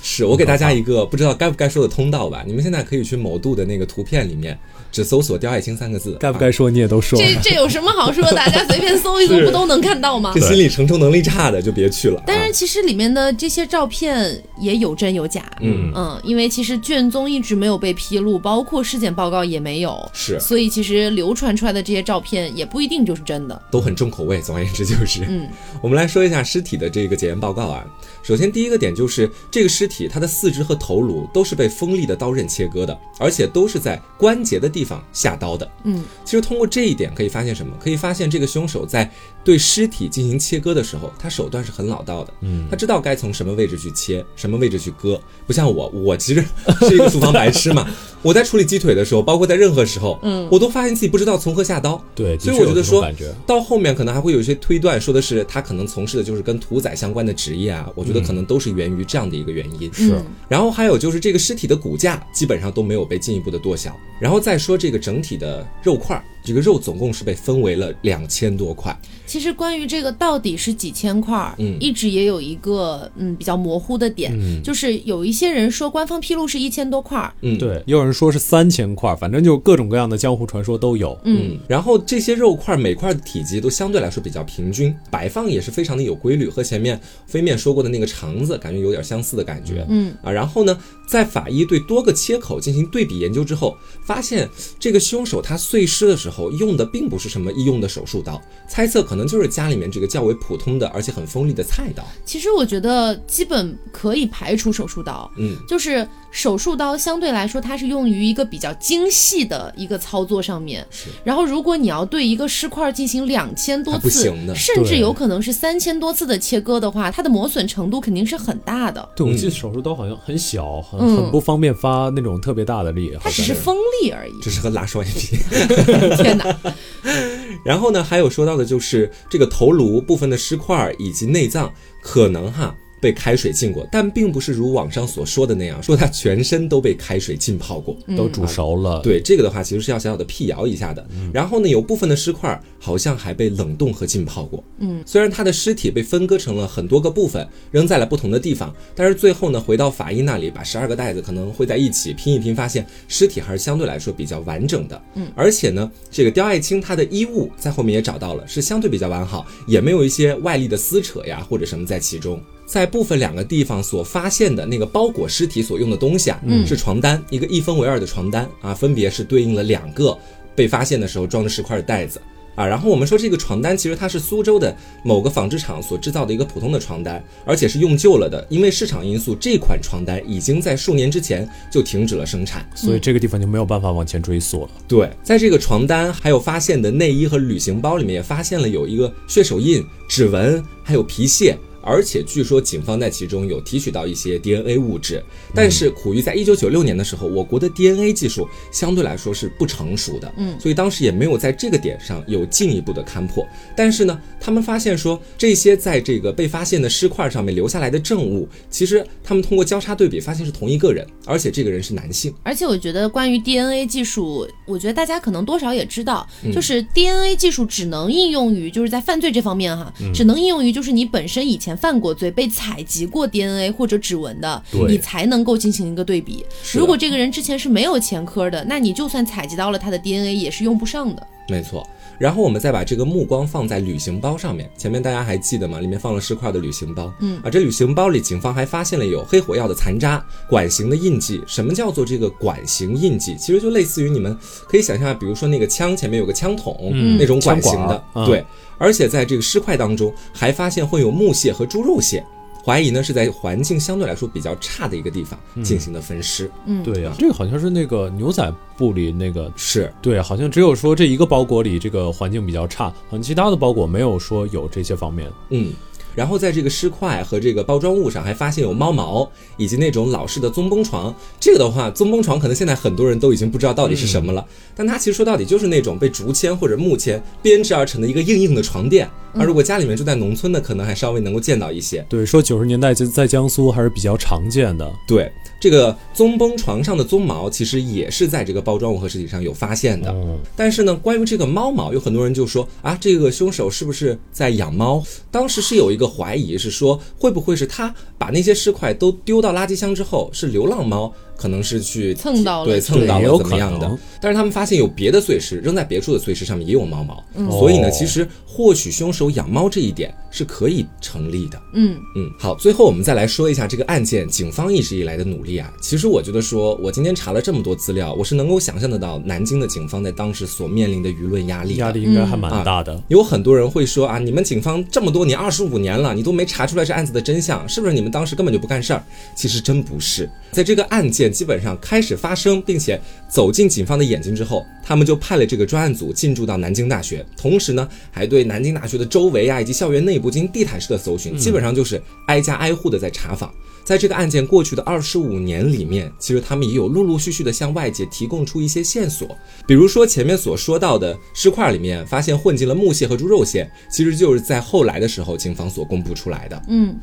B: 是我给大家一个不知道该不该说的通道吧，你们现在可以去某度的那个图片里面，只搜索“刁爱青”三个字，
C: 该不
B: 啊？
C: 该说你也都说
A: 这
C: 了。
A: 这有什么好说？大家随便搜一搜，不都能看到吗
B: 这？心理承受能力差的就别去了。
A: 但
B: 啊
A: 是其实里面的这些照片也有真有假，
B: 嗯
A: 因为其实卷宗一直没有被披露，包括尸检报告也没有，
B: 是
A: 所以其实流传出来的这些照片也不一定就是真的。
B: 都很重口味，总而言之就是，
A: 嗯，
B: *laughs* 我们来说一下尸体的这个检验报告啊。首先第一个点就是这个尸体它的四肢和头颅都是被锋利的刀刃切割的，而且都是在关节的地方下刀的。
A: 嗯，
B: 其实通过这一点可以发现什么？可以发现这个凶手在对尸体进行切割的时候，他手段是很老道的。嗯，他知道该从什么位置去切，什么位置去割，不像我，我其实是一个厨房白痴嘛。我在处理鸡腿的时候，包括在任何时候，嗯，我都发现自己不知道从何下刀。
C: 对，的
B: 所以
C: 确
B: 我
C: 有
B: 觉得
C: 这种
B: 说
C: 感觉，
B: 到后面可能还会有一些推断，说的是他可能从事的就是跟屠宰相关的职业啊，我觉得可能都是源于这样的一个原因。
C: 是
B: 然后还有就是这个尸体的骨架基本上都没有被进一步的剁小，然后再说这个整体的肉块儿，这个肉总共是被分为了两千多块。
A: 其实关于这个到底是几千块儿，
B: 嗯
A: 一直也有一个嗯比较模糊的点，就是有一些人说官方披露是一千多块儿，
B: 嗯，。
C: 对，也有人说是三千块，反正就各种各样的江湖传说都有。
B: 嗯，然后这些肉块每块的体积都相对来说比较平均，摆放也是非常的有规律，和前面飞面说过的那个肠子感觉有点相似的感觉。嗯啊，然后呢，在法医对多个切口进行对比研究之后，发现呃这个凶手他碎尸的时候用的并不是什么医用的手术刀，猜测可能就是家里面这个较为普通的而且很锋利的菜刀。
A: 其实我觉得基本可以排除手术刀，
B: 嗯，
A: 就是手术刀相对来说它是用于一个比较精细的一个操作上面。
B: 是
A: 然后如果你要对一个尸块进行两千多
B: 它不
A: 次
B: 行的，
A: 甚至
C: 对
A: 有可能是三千多次的切割的话，它的磨损程度肯定是很大的。
C: 对，我记得手术刀好像很小，很
A: 嗯
C: 很不方便发那种特别大的力。好
A: 它只
C: 像
A: 是锋利而已。
B: 只是和拉双眼皮。
A: *laughs* 天哪！
B: *laughs* 然后呢，还有说到的就是这个头颅部分的尸块以及内脏，可能哈被开水浸过，但并不是如网上所说的那样，说他全身都被开水浸泡过。
A: 嗯
C: 都煮熟了，
B: 对这个的话，其实是要小小的辟谣一下的。
A: 嗯
B: 然后呢，有部分的尸块好像还被冷冻和浸泡过。嗯，虽然他的尸体被分割成了很多个部分，扔在了不同的地方，但是最后呢，回到法医那里，把十二个袋子可能会在一起拼一拼，发现尸体还是相对来说比较完整的。嗯，而且呢，这个刁爱青她的衣物在后面也找到了，是相对比较完好，也没有一些外力的撕扯呀或者什么在其中。在部分两个地方所发现的那个包裹尸体所用的东西啊，是床单，一个一分为二的床单啊，分别是对应了两个被发现的时候装着石块的袋子。啊，然后我们说这个床单其实它是苏州的某个纺织厂所制造的一个普通的床单，而且是用旧了的，因为市场因素，这款床单已经在数年之前就停止了生产。
C: 所以这个地方就没有办法往前追溯了。
B: 对，在这个床单还有发现的内衣和旅行包里面，也发现了有一个血手印、指纹，还有皮屑。而且据说警方在其中有提取到一些 DNA 物质，但是苦于在一九九六年的时候，我国的 DNA 技术相对来说是不成熟的，嗯，所以当时也没有在这个点上有进一步的勘破。但是呢，他们发现说这些在这个被发现的尸块上面留下来的证物，其实他们通过交叉对比发现是同一个人，而且这个人是男性。
A: 而且我觉得关于 DNA 技术，我觉得大家可能多少也知道，
B: 嗯
A: 就是 DNA 技术只能应用于就是在犯罪这方面哈，
B: 嗯
A: 只能应用于就是你本身以前犯过罪、被采集过 DNA 或者指纹的
C: 对，
A: 你才能够进行一个对比。
B: 是的啊
A: 如果这个人之前是没有前科的，那你就算采集到了他的 DNA 也是用不上的。
B: 没错。然后我们再把这个目光放在旅行包上面，前面大家还记得吗？里面放了尸块的旅行包，嗯，啊，这旅行包里警方还发现了有黑火药的残渣、管型的印记。什么叫做这个管型印记？其实就类似于你们可以想象，比如说那个枪前面有个枪筒、那种管型的，
C: 嗯枪管啊儿
B: 对。而且在这个尸块当中还发现会有木屑和猪肉屑，怀疑呢是在环境相对来说比较差的一个地方进行的分尸，
C: 对
B: 嗯
C: 呀、这个好像是那个牛仔布里那个，
B: 是。
C: 对，好像只有说这一个包裹里这个环境比较差，好像其他的包裹没有说有这些方面。
B: 嗯，然后在这个尸块和这个包装物上还发现有猫毛，以及那种老式的棕绷床。这个的话，棕绷床可能现在很多人都已经不知道到底是什么了，但它其实说到底就是那种被竹签或者木签编织而成的一个硬硬的床垫。而如果家里面住在农村的，可能还稍微能够见到一些。
C: 对，说九十年代在在江苏还是比较常见的。
B: 对，这个棕绷床上的棕毛其实也是在这个包装物和尸体上有发现的。但是呢，关于这个猫毛，有很多人就说啊，这个凶手是不是在养猫？当时是有一个怀疑，是说会不会是他把那些尸块都丢到垃圾箱之后，是流浪猫，可能是去
A: 蹭到了
B: 对，蹭到
C: 对也有
B: 了怎么样
C: 可能
B: 的？但是他们发现有别的碎尸扔在别处的碎尸上面也有猫毛，
A: 嗯
B: 所以呢，
C: 哦
B: 其实或许凶手养猫这一点是可以成立的。
A: 嗯，
B: 嗯，好，最后我们再来说一下这个案件，警方一直以来的努力啊。其实我觉得说，我今天查了这么多资料，我是能够想象得到南京的警方在当时所面临的舆论压力的
C: 压力应嗯该还蛮大的。
B: 有很多人会说啊，你们警方这么多年，二十五年了，你都没查出来这案子的真相，是不是你们当时根本就不干事儿？其实真不是，在这个案件基本上开始发生，并且走进警方的眼睛之后，他们就派了这个专案组进驻到南京大学，同时呢，还对南京大学的周围啊以及校园内部进行地毯式的搜寻，基本上就是挨家挨户的在查访。在这个案件过去的二十五年里面，其实他们也有陆陆续续的向外界提供出一些线索，比如说前面所说到的尸块里面发现混进了木屑和猪肉屑，其实就是在后来的时候警方所公布出来的。
A: 嗯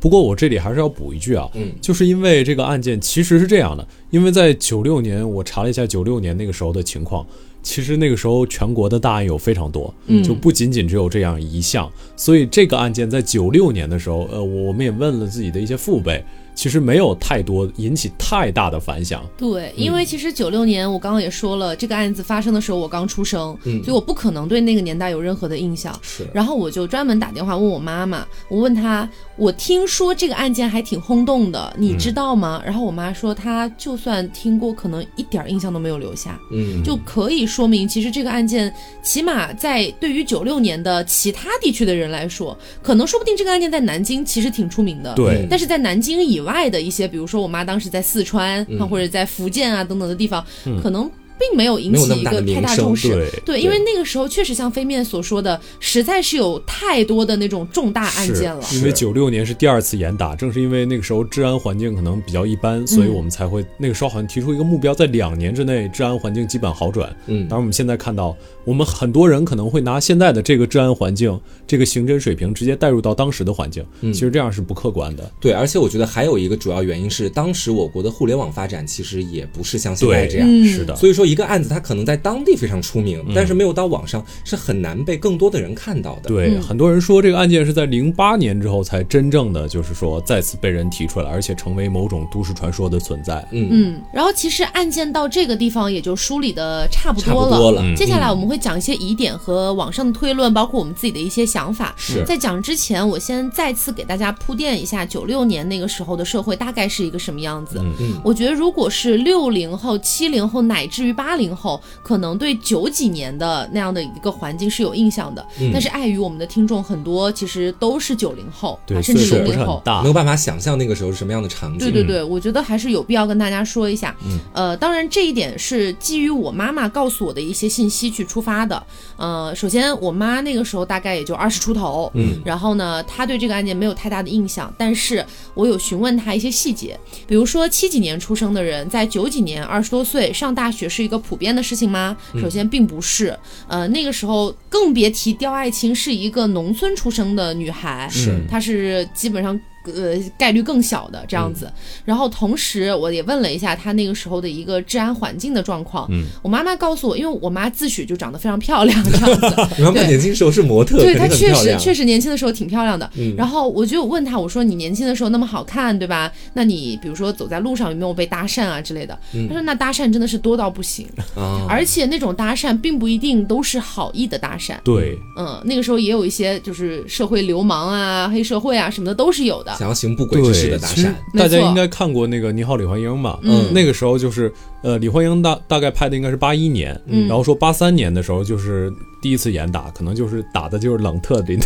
C: 不过我这里还是要补一句啊，嗯，就是因为这个案件其实是这样的，因为在九六年我查了一下九六年那个时候的情况，其实那个时候全国的大案有非常多，嗯，就不仅仅只有这样一项，所以这个案件在九六年的时候，呃，我们也问了自己的一些父辈，其实没有太多引起太大的反响，
B: 嗯
A: 对，因为其实九六年我刚刚也说了，这个案子发生的时候我刚出生，所以我不可能对那个年代有任何的印象。
B: 嗯是
A: 然后我就专门打电话问我妈妈，我问她，我听说这个案件还挺轰动的，你
B: 嗯
A: 知道吗？然后我妈说，她就算听过，可能一点儿印象都没有留下，
B: 嗯，
A: 就可以说明，其实这个案件起码在对于九六年的其他地区的人来说，可能说不定这个案件在南京其实挺出名的，
B: 嗯
C: 对，
A: 但是在南京以外的一些，比如说我妈当时在四川啊，或者在福建啊等等的地方，可能并没有引
B: 嗯没有
A: 起
B: 那
A: 一
B: 么大的
A: 个太大
B: 名声
A: 重视。
C: 对
A: 对，因为那个时候确实像飞面所说的，实在是有太多的那种重大案件了。
C: 因为
B: 是
C: 九六年是第二次严打，正是因为那个时候治安环境可能比较一般，所以我们才会那个时候好像提出一个目标，在两年之内治安环境基本好转。
B: 嗯
C: 当然我们现在看到，我们很多人可能会拿现在的这个治安环境、这个刑侦水平直接带入到当时的环境，其实这样是不客观的。
B: 对，而且我觉得还有一个主要原因是，当时我国的互联网发展其实也不是像现在这样。
A: 嗯
C: 是的，
B: 所以说，一个案子它可能在当地非常出名，但是没有到网上是很难被更多的人看到的。，
C: 对，很多人说这个案件是在零八年之后才真正的，就是说再次被人提出来，而且成为某种都市传说的存在。
B: 嗯，
A: 嗯，然后其实案件到这个地方也就梳理的差不
B: 差
A: 多
B: 不
A: 了。
B: 多了。
A: 接下来我们会讲一些疑点和网上的推论，包括我们自己的一些想法。
B: 是
A: 在讲之前，我先再次给大家铺垫一下九六年那个时候的社会大概是一个什么样子。
B: 嗯
A: 我觉得如果是六零后、七零后乃至于八零后，可能对九几年的那样的一个环境是有印象的。但是碍于我们的听众很多其实都是九零后，
C: 对，
A: 啊甚
C: 岁
A: 至
C: 数
A: 零
C: 不是
A: 零
C: 很
A: 后。
C: 大
B: 没。有办法想象那个时候是什么样的场景。
A: 对对对，我觉得还是有必要跟大家说一下。
C: 嗯
A: 呃，当然这一点是基于我妈妈告诉我的一些信息去出发的。呃，首先我妈那个时候大概也就二十出头，
B: 嗯，
A: 然后呢，她对这个案件没有太大的印象，但是我有询问她一些细节，比如说七几年出生的人在九几年二十多岁上大学是一个普遍的事情吗？
B: 嗯
A: 首先并不是，呃，那个时候更别提刁爱青是一个农村出生的女孩，
B: 是
C: 嗯
A: 它是基本上呃概率更小的这样
B: 嗯
A: 子。然后同时我也问了一下他那个时候的一个治安环境的状况。
C: 嗯，
A: 我妈妈告诉我，因为我妈自诩就长得非常漂亮这
B: *laughs*
A: 样子，
B: 你妈妈
A: 对
B: 年轻时候是模特，
A: 对
B: 肯
A: 她
B: 定很
A: 确
B: 漂
A: 实
B: 亮。
A: 确实年轻的时候挺漂亮的。
B: 嗯
A: 然后我就问她，我说你年轻的时候那么好看，对吧？那你比如说走在路上有没有被搭讪啊之类的？她说那搭讪真的是多到不行，
B: 嗯啊，
A: 而且那种搭讪并不一定都是好意的搭讪。
C: 对，
A: 嗯，那个时候也有一些就是社会流氓啊、黑社会啊什么的都是有的。
B: 想要行不轨
C: 对，
B: 之事的搭
C: 其
B: 讪
C: 实。大家
A: 没错
C: 应该看过那个《你好，李焕英》嘛？
A: 嗯
C: 那个时候就是呃，李焕英大大概拍的应该是八一年，
A: 嗯
C: 然后说八三年的时候就是第一次严打，可能就是打的 *laughs* 就是冷特里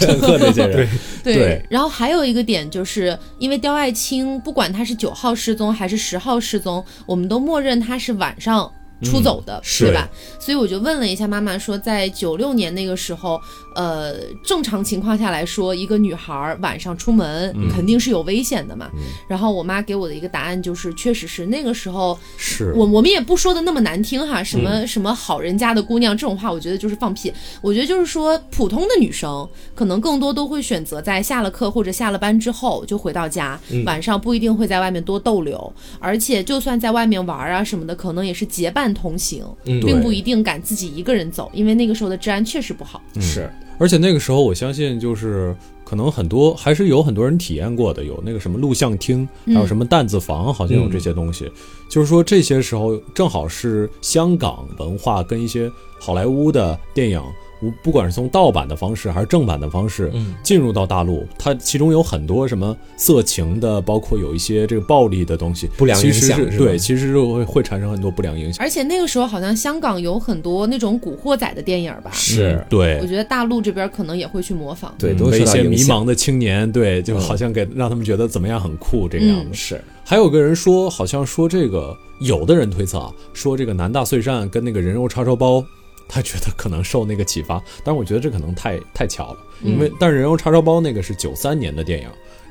C: 陈赫那些人。
A: 对，
C: 对
A: 然后还有一个点，就是因为刁爱青，不管他是九号失踪还是十号失踪，我们都默认他是晚上。出走的、
C: 嗯是
A: 对吧？所以我就问了一下妈妈说，在九六年那个时候，呃，正常情况下来说，一个女孩儿晚上出门、
C: 嗯
A: 肯定是有危险的嘛。然后我妈给我的一个答案就是，确实是那个时候，
C: 是
A: 我我们也不说的那么难听哈，什么、什么好人家的姑娘这种话，我觉得就是放屁。我觉得就是说，普通的女生可能更多都会选择在下了课或者下了班之后就回到家，
C: 嗯
A: 晚上不一定会在外面多逗留，而且就算在外面玩啊什么的，可能也是结伴同行，
B: 嗯
A: 并
C: 对
A: 不一定敢自己一个人走，因为那个时候的治安确实不好。
B: 是，
C: 而且那个时候，我相信就是可能很多还是有很多人体验过的，有那个什么录像厅，
B: 嗯
C: 还有什么弹子房，好像有这些东西。就是说这些时候正好是香港文化跟一些好莱坞的电影，无不管是从盗版的方式还是正版的方式，
B: 嗯
C: 进入到大陆，它其中有很多什么色情的，包括有一些这个暴力的东西，
B: 不良影
C: 其实
B: 响
C: 是
B: 是吧
C: 对，其实就会会产生很多不良影响。
A: 而且那个时候好像香港有很多那种古惑仔的电影吧，
B: 是
C: 嗯，对
A: 我，觉得大陆这边可能也会去模仿。
B: 对，
C: 嗯
B: 都会
C: 被
B: 受
C: 一
B: 到
C: 些
B: 影
C: 迷
B: 响。
C: 茫的青年，对，就好像给让他们觉得怎么样很酷这个样子。
B: 是，
C: 还有个人说，好像说这个有的人推测啊，说这个南大碎扇跟那个人肉叉烧包。他觉得可能受那个启发，但是我觉得这可能太太巧了，因为、但是人肉叉烧包那个是九三年的电影，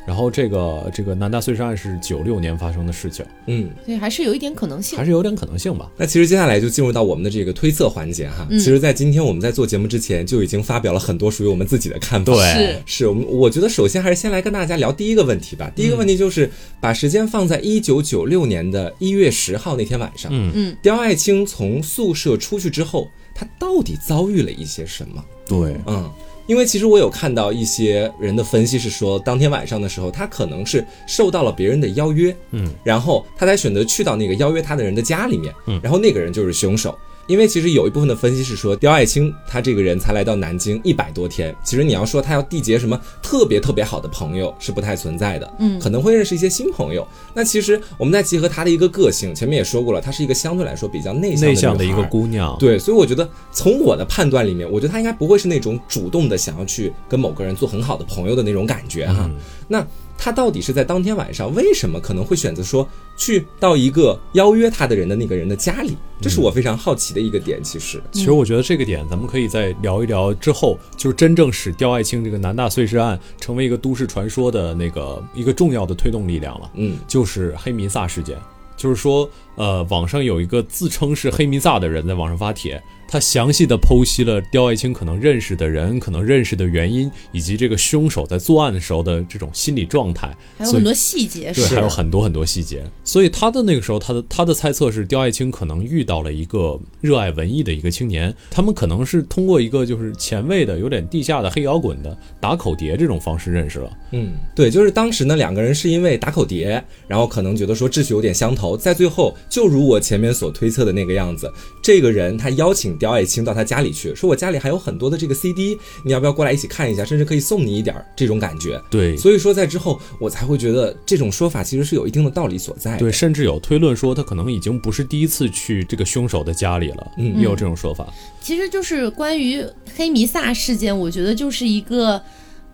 C: 然后这个这个南大碎尸案是九六年发生的事情，
B: 嗯。
A: 所以还是有一点可能性
C: 还。是有点可能性吧。
B: 那其实接下来就进入到我们的这个推测环节哈。其实，在今天我们在做节目之前，就已经发表了很多属于我们自己的看法。
C: 对
A: 是
B: 是我们，我觉得首先还是先来跟大家聊第一个问题吧。第一个问题就是把时间放在一九九六年的一月十号那天晚上，
C: 嗯
A: 嗯，
B: 刁爱青从宿舍出去之后，她到底遭遇了一些什么？
C: 对，
B: 嗯，因为其实我有看到一些人的分析是说，当天晚上的时候，他可能是受到了别人的邀约，
C: 嗯，
B: 然后他才选择去到那个邀约他的人的家里面，嗯，然后那个人就是凶手。因为其实有一部分的分析是说，刁爱青他这个人才来到南京一百多天，其实你要说他要缔结什么特别特别好的朋友是不太存在的，嗯，可能会认识一些新朋友。那其实我们再结合他的一个个性，前面也说过了，她是一个相对来说比较内向的
C: 内向的
B: 女
C: 一
B: 孩
C: 个姑娘，
B: 对，所以我觉得从我的判断里面，我觉得他应该不会是那种主动的想要去跟某个人做很好的朋友的那种感觉哈。那他到底是在当天晚上为什么可能会选择说去到一个邀约他的人的那个人的家里？这是我非常好奇的一个点。其实，
C: 其实我觉得这个点咱们可以再聊一聊之后，就是真正使刁爱青这个南大碎尸案成为一个都市传说的那个一个重要的推动力量了，
B: 嗯
C: 就是黑弥撒事件。就是说，呃，网上有一个自称是黑弥撒的人在网上发帖，他详细的剖析了刁爱青可能认识的人、可能认识的原因，以及这个凶手在作案的时候的这种心理状态。
A: 还有很多细节
C: 对，
A: 是
C: 还有很多很多细节。所以他的那个时候，他的他的猜测是，刁爱青可能遇到了一个热爱文艺的一个青年，他们可能是通过一个就是前卫的、有点地下的黑摇滚的打口碟这种方式认识了。
B: 嗯，对，就是当时呢，两个人是因为打口碟，然后可能觉得说志趣有点相投，在最后，就如我前面所推测的那个样子，这个人他邀请刁爱青到他家里去，说我家里还有很多的这个 CD，你要不要过来一起看一下，甚至可以送你一点儿这种感觉。
C: 对
B: 所以说，在之后我才会觉得这种说法其实是有一定的道理所在的。
C: 对，甚至有推论说他可能已经不是第一次去这个凶手的家里了，
B: 嗯
C: 也有这种说法。
A: 其实就是关于黑弥撒事件，我觉得就是一个。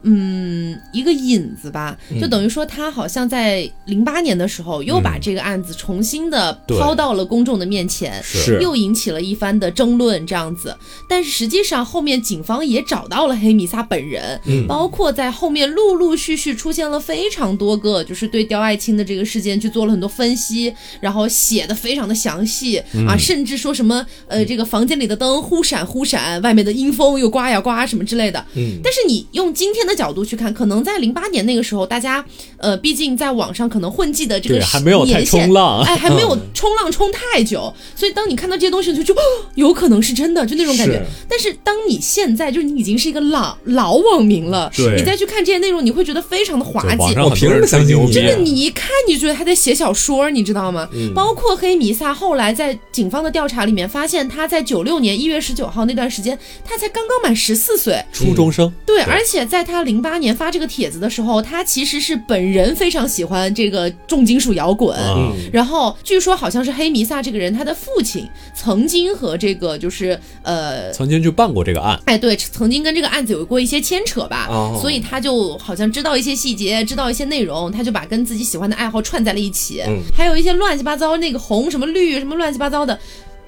A: 嗯，一个引子吧，就等于说他好像在零八年的时候又把这个案子重新的
C: 对
A: 抛到了公众的面前，
B: 是
A: 又引起了一番的争论，这样子。但是实际上，后面警方也找到了黑米萨本人，
C: 嗯
A: 包括在后面陆陆续续出现了非常多个，就是对刁爱青的这个事件去做了很多分析，然后写的非常的详细、
C: 嗯
A: 啊，甚至说什么呃，这个房间里的灯忽闪忽闪，外面的阴风又刮呀刮什么之类的。
B: 嗯
A: 但是你用今天的角度去看，可能在零八年那个时候，大家呃，毕竟在网上可能混迹的这个
C: 对，还没有太
A: 年限
C: 冲浪。
A: 哎，还没
C: 嗯
A: 有冲浪冲太久，所以当你看到这些东西，你就就哦有可能是真的，就那种感觉
B: 是。
A: 但是当你现在就是你已经是一个老老网民了，
C: 对
A: 你再去看这些内容，你会觉得非常的滑
C: 对网
A: 稽。
C: 上
B: 我
C: 很
B: 凭什
C: 多人
B: 么
C: 吹
B: 相信
C: 牛
B: 你
C: 逼
B: 这
A: 真的，你一看你就觉得他在写小说，你知道吗？
B: 嗯
A: 包括黑弥撒，后来在警方的调查里面发现，他在九六年一月十九号那段时间，他才刚刚满十四岁，
C: 初中生。
A: 对，而且在他零八年发这个帖子的时候，他其实是本人非常喜欢这个重金属摇滚。
C: 啊
B: 嗯
A: 然后据说好像是黑弥撒这个人，他的父亲曾经和这个就是呃，
C: 曾经去办过这个案，
A: 哎对，曾经跟这个案子有过一些牵扯吧，
B: 哦
A: 所以他就好像知道一些细节，知道一些内容，他就把跟自己喜欢的爱好串在了一起，
B: 嗯
A: 还有一些乱七八糟那个红什么绿什么乱七八糟的，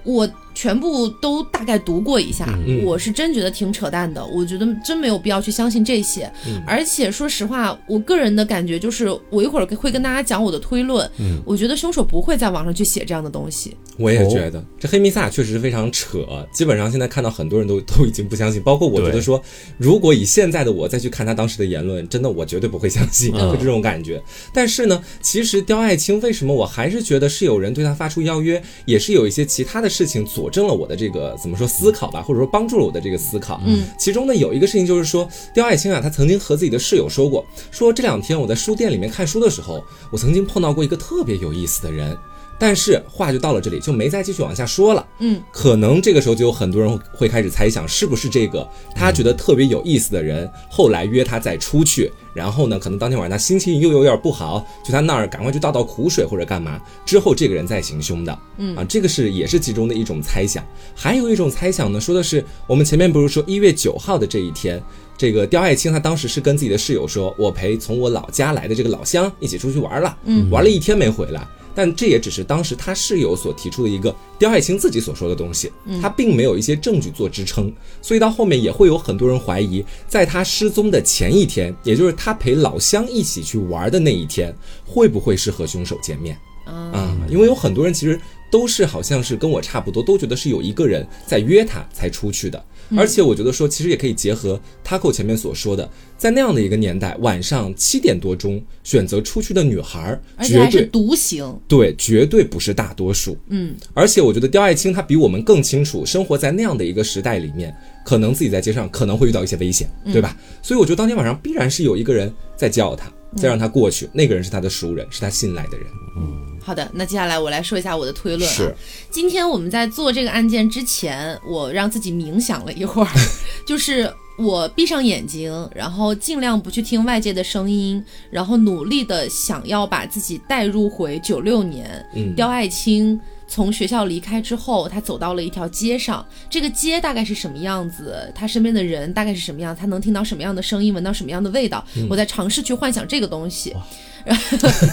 A: 我。全部都大概读过一下，
B: 嗯
A: 我是真觉得挺扯淡的，我觉得真没有必要去相信这些。
B: 嗯
A: 而且说实话，我个人的感觉就是，我一会儿会跟大家讲我的推论。
B: 嗯
A: 我觉得凶手不会在网上去写这样的东西。
B: 我
C: 哦
B: 也觉得、这黑弥撒确实是非常扯，基本上现在看到很多人都都已经不相信，包括我觉
C: 对
B: 得说，如果以现在的我再去看他当时的言论，真的我绝对不会相信，
C: 嗯
B: 会这种感觉。但是呢，其实刁爱青为什么我还是觉得是有人对他发出邀约，也是有一些其他的事情佐证了我的这个怎么说思考吧，或者说帮助了我的这个思考。
A: 嗯，
B: 其中呢有一个事情就是说，刁爱青啊，他曾经和自己的室友说过，说这两天我在书店里面看书的时候，我曾经碰到过一个特别有意思的人。但是话就到了这里，就没再继续往下说了。
A: 嗯，
B: 可能这个时候就有很多人会开始猜想，是不是这个他觉得特别有意思的人，后来约他再出去，然后呢，可能当天晚上他心情又有点不好，去他那儿赶快去倒倒苦水或者干嘛，之后这个人再行凶的。
A: 嗯
B: 啊，这个是也是其中的一种猜想。还有一种猜想呢，说的是我们前面不是说一月九号的这一天，这个刁爱青她当时是跟自己的室友说，我陪从我老家来的这个老乡一起出去玩了，
A: 嗯，
B: 玩了一天没回来。但这也只是当时他室友所提出的一个刁爱青自己所说的东西，他并没有一些证据做支撑，所以到后面也会有很多人怀疑，在他失踪的前一天，也就是他陪老乡一起去玩的那一天，会不会是和凶手见面？
A: 啊，
B: 啊，因为有很多人其实都是好像是跟我差不多，都觉得是有一个人在约他才出去的。
A: 嗯
B: 而且我觉得说，其实也可以结合 Taco 前面所说的，在那样的一个年代，晚上七点多钟选择出去的女孩儿，
A: 而且
B: 绝
A: 还是
B: 对
A: 独行。
B: 对，绝对不是大多数。
A: 嗯，
B: 而且我觉得刁爱青她比我们更清楚，生活在那样的一个时代里面，可能自己在街上可能会遇到一些危险，
A: 嗯
B: 对吧？所以我觉得当天晚上必然是有一个人在叫他，
A: 嗯
B: 在让他过去，那个人是他的熟人，是他信赖的人。嗯
A: 好的，那接下来我来说一下我的推论、啊。
B: 是，
A: 今天我们在做这个案件之前，我让自己冥想了一会儿， *laughs* 就是我闭上眼睛，然后尽量不去听外界的声音，然后努力的想要把自己带入回九六年，
B: 嗯
A: 刁爱青从学校离开之后，他走到了一条街上，这个街大概是什么样子，他身边的人大概是什么样，他能听到什么样的声音，闻到什么样的味道。
B: 嗯
A: 我在尝试去幻想这个东西， *laughs*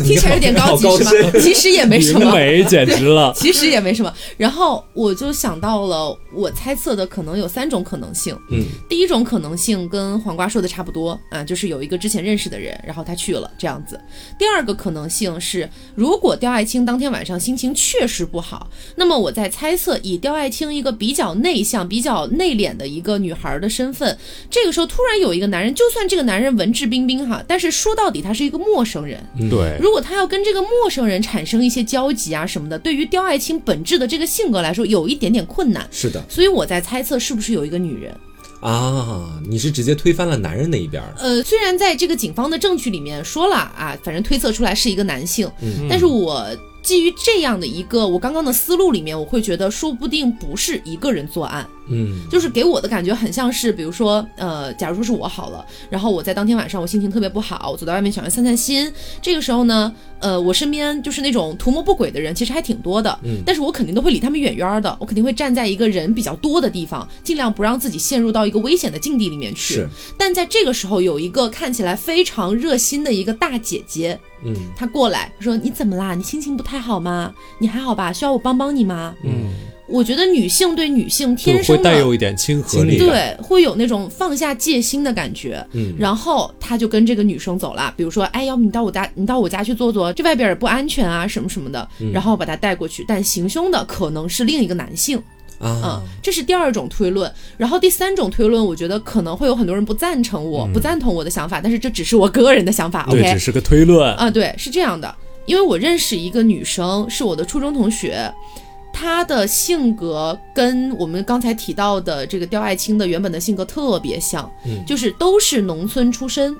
A: 听起来有点高级
B: 你好
A: 是吗
B: 高？
A: 其实
B: *laughs*
A: 也没什
C: 灵
A: 么。。
C: 媒简直了
A: 其实也没什么，然后我就想到了，我猜测的可能有三种可能性。
B: 嗯，
A: 第一种可能性跟黄瓜说的差不多啊，就是有一个之前认识的人，然后他去了这样子。第二个可能性是，如果刁爱青当天晚上心情确实不好，那么我在猜测，以刁爱青一个比较内向、比较内敛的一个女孩的身份，这个时候突然有一个男人，就算这个男人文质彬彬哈，但是说到底他是一个陌生人，
B: 嗯
C: 对，
A: 如果他要跟这个陌生人产生一些交集啊什么的，对于刁爱青本质的这个性格来说，有一点点困难。
B: 是的
A: 所以我在猜测是不是有一个女人。
B: 啊，你是直接推翻了男人那一边儿，
A: 呃，虽然在这个警方的证据里面说了啊，反正推测出来是一个男性，但是我。基于这样的一个我刚刚的思路里面，我会觉得说不定不是一个人作案，
B: 嗯
A: 就是给我的感觉很像是，比如说，呃，假如说是我好了，然后我在当天晚上我心情特别不好，我走到外面想要散散心，这个时候呢，呃，我身边就是那种图谋不轨的人，其实还挺多的，
B: 嗯
A: 但是我肯定都会离他们远远的，我肯定会站在一个人比较多的地方，尽量不让自己陷入到一个危险的境地里面去。
B: 是，
A: 但在这个时候，有一个看起来非常热心的一个大姐姐，
B: 嗯
A: 她过来说：“你怎么啦？你心情不太好吗？你还好吧？需要我帮帮你吗？”
B: 嗯，
A: 我觉得女性对女性
C: 就
A: *laughs* 天
C: 会
A: 生
C: 带
A: 的
C: 有一点亲和
B: 亲密
C: 力。
B: 感
A: 对会有那种放下戒心的感觉。
B: 嗯
A: 然后她就跟这个女生走了，比如说：“哎，要不你到我家，你到我家去坐坐，这外边也不安全啊，什么什么的。”然后把她带过去，但行凶的可能是另一个男性。嗯
B: 啊，，
A: 这是第二种推论。然后第三种推论，我觉得可能会有很多人不赞成我，不赞同我的想法，但是这只是我个人的想法。
C: 对，
A: OK，
C: 只是个推论。
A: 啊，对，是这样的，因为我认识一个女生，是我的初中同学。她的性格跟我们刚才提到的这个刁爱青的原本的性格特别像，
B: 嗯
A: 就是都是农村出身，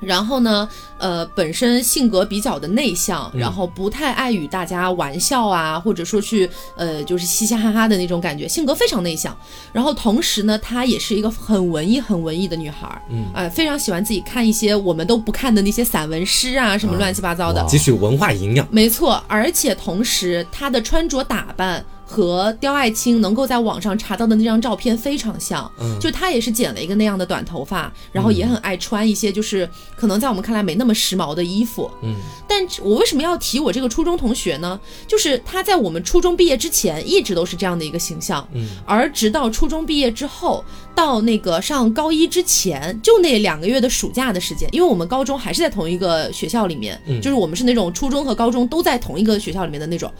A: 然后呢，呃，本身性格比较的内向，然后不太爱与大家玩笑啊，或者说去呃，就是嘻嘻哈哈的那种感觉，性格非常内向。然后同时呢，她也是一个很文艺、很文艺的女孩儿，
B: 嗯
A: 哎、非常喜欢自己看一些我们都不看的那些散文诗啊，什么
B: 啊
A: 乱七八糟的。
B: 汲取文化营养，
A: 没错，而且同时她的穿着打扮和刁爱青能够在网上查到的那张照片非常像，
B: 嗯
A: 就她也是剪了一个那样的短头发，然后也很爱穿一些就是可能在我们看来没那么时髦的衣服。
B: 嗯，
A: 但我为什么要提我这个初中同学呢？就是她在我们初中毕业之前一直都是这样的一个形象，
B: 嗯，
A: 而直到初中毕业之后，到那个上高一之前，就那两个月的暑假的时间，因为我们高中还是在同一个学校里面，
B: 嗯
A: 就是我们是那种初中和高中都在同一个学校里面的那种。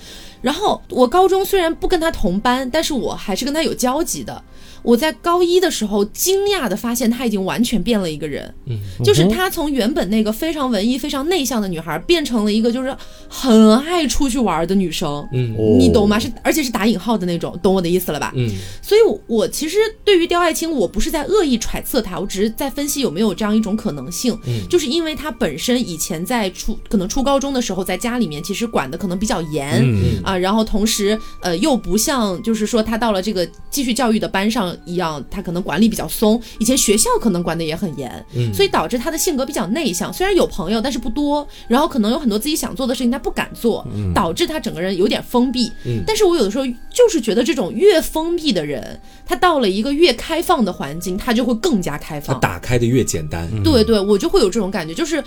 A: 然后我高中虽然不跟他同班，但是我还是跟他有交集的。我在高一的时候，惊讶的发现他已经完全变了一个人，
B: 嗯，
A: 就是她从原本那个非常文艺、非常内向的女孩，变成了一个就是很爱出去玩的女生，
B: 嗯
C: 哦
A: 你懂吗？是而且是打引号的那种，懂我的意思了吧？
B: 嗯
A: 所以我，我其实对于刁爱青，我不是在恶意揣测她，我只是在分析有没有这样一种可能性，
B: 嗯
A: 就是因为她本身以前在初可能初高中的时候，在家里面其实管的可能比较严。
C: 嗯，
A: 啊，然后同时，呃，又不像就是说她到了这个继续教育的班上一样，她可能管理比较松，以前学校可能管的也很严，
B: 嗯，
A: 所以导致他的性格比较内向，虽然有朋友，但是不多，然后可能有很多自己想做的事情他不敢做，导致他整个人有点封闭。
B: 嗯
A: 但是我有的时候就是觉得这种越封闭的人，他到了一个越开放的环境，他就会更加开
B: 它
A: 放。
B: 打开的越简单，
A: 对对，我就会有这种感觉，就是。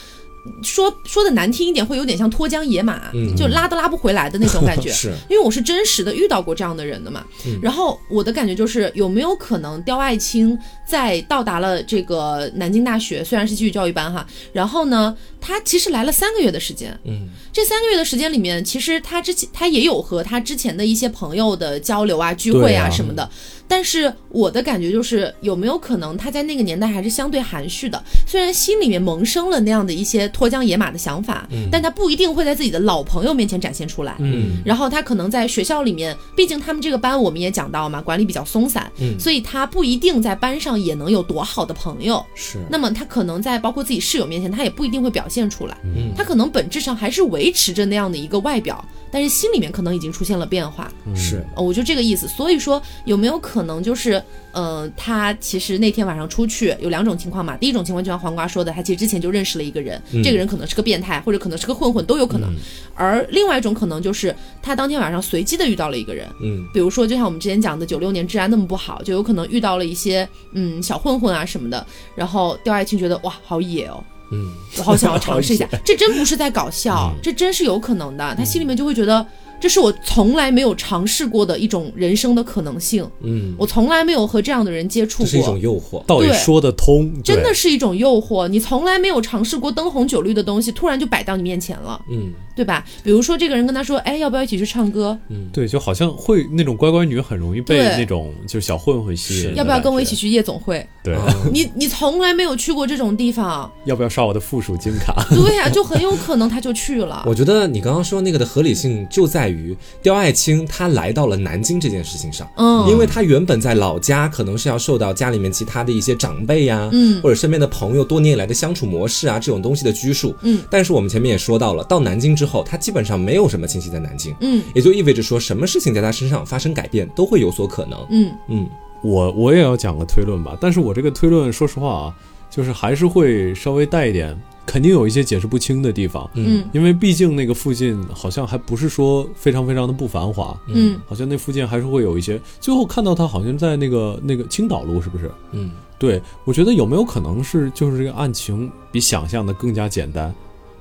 A: 说说的难听一点，会有点像脱缰野马，
B: 嗯
A: 就拉都拉不回来的那种感
B: *laughs*
A: 觉。
B: 是，
A: 因为我是真实的遇到过这样的人的嘛。
B: 嗯
A: 然后我的感觉就是，有没有可能刁爱青在到达了这个南京大学，虽然是继续教育班哈，然后呢，她其实来了三个月的时间。
B: 嗯
A: 这三个月的时间里面，其实她之前她也有和她之前的一些朋友的交流啊、聚会
C: 对
A: 啊
C: 啊
A: 什么的。但是我的感觉就是，有没有可能她在那个年代还是相对含蓄的？虽然心里面萌生了那样的一些脱缰野马的想法，
C: 嗯
A: 但她不一定会在自己的老朋友面前展现出来。
B: 嗯
A: 然后他可能在学校里面，毕竟他们这个班我们也讲到嘛，管理比较松散，
B: 嗯
A: 所以他不一定在班上也能有多好的朋友。
B: 是，
A: 那么他可能在包括自己室友面前，他也不一定会表现出来，
B: 嗯
A: 他可能本质上还是维持着那样的一个外表，但是心里面可能已经出现了变化。
B: 是
A: 呃我就这个意思。所以说，有没有可能就是，呃，他其实那天晚上出去有两种情况嘛。第一种情况就像黄瓜说的，他其实之前就认识了一个人，这个人可能是个变态，或者可能是个混混，都有可能。而另外一种可能就是他当天晚上随机的遇到了一个人，
B: 嗯，
A: 比如说就像我们之前讲的，九六年治安那么不好，就有可能遇到了一些嗯小混混啊什么的，然后刁爱青觉得哇好野哦，
B: 嗯，
A: 我好想要尝试一下， *laughs* 这真不是在搞笑，这真是有可能的，他
B: 嗯
A: 心里面就会觉得。这是我从来没有尝试过的一种人生的可能性，
B: 嗯，
A: 我从来没有和这样的人接触
B: 这是一种
A: 过，
B: 诱惑。
C: 倒也
A: 对
C: 说得通，对
A: 真的是一种诱惑。你从来没有尝试过灯红酒绿的东西，突然就摆到你面前了，
B: 嗯，
A: 对吧？比如说这个人跟他说，哎，要不要一起去唱歌？
C: 对，就好像会那种乖乖女很容易被
A: 对
C: 那种就是小混混吸引，
B: 是
A: 要不要跟我一起？去夜总会？
B: 啊
C: 对，
A: 你你从来没有去过这种地方，
C: 要不要刷我的附属金卡？ *laughs*
A: 对呀、就很有可能他就去了。
B: 我觉得你刚刚说那个的合理性就在于刁爱青她来到了南京这件事情上，
A: 嗯，
B: 因为她原本在老家可能是要受到家里面其他的一些长辈呀、
A: 嗯
B: 或者身边的朋友多年以来的相处模式啊这种东西的拘束，
A: 嗯，
B: 但是我们前面也说到了，到南京之后，她基本上没有什么亲戚在南京，
A: 嗯
B: 也就意味着说什么事情在她身上发生改变都会有所可能，
A: 嗯
B: 嗯
C: 我我也要讲个推论吧，但是我这个推论说实话啊，就是还是会稍微带一点，肯定有一些解释不清的地方，
A: 嗯
C: 因为毕竟那个附近好像还不是说非常非常的不繁华，
A: 嗯
C: 好像那附近还是会有一些。最后看到他好像在那个那个青岛路，是不是？
B: 嗯
C: 对，我觉得有没有可能是就是这个案情比想象的更加简单，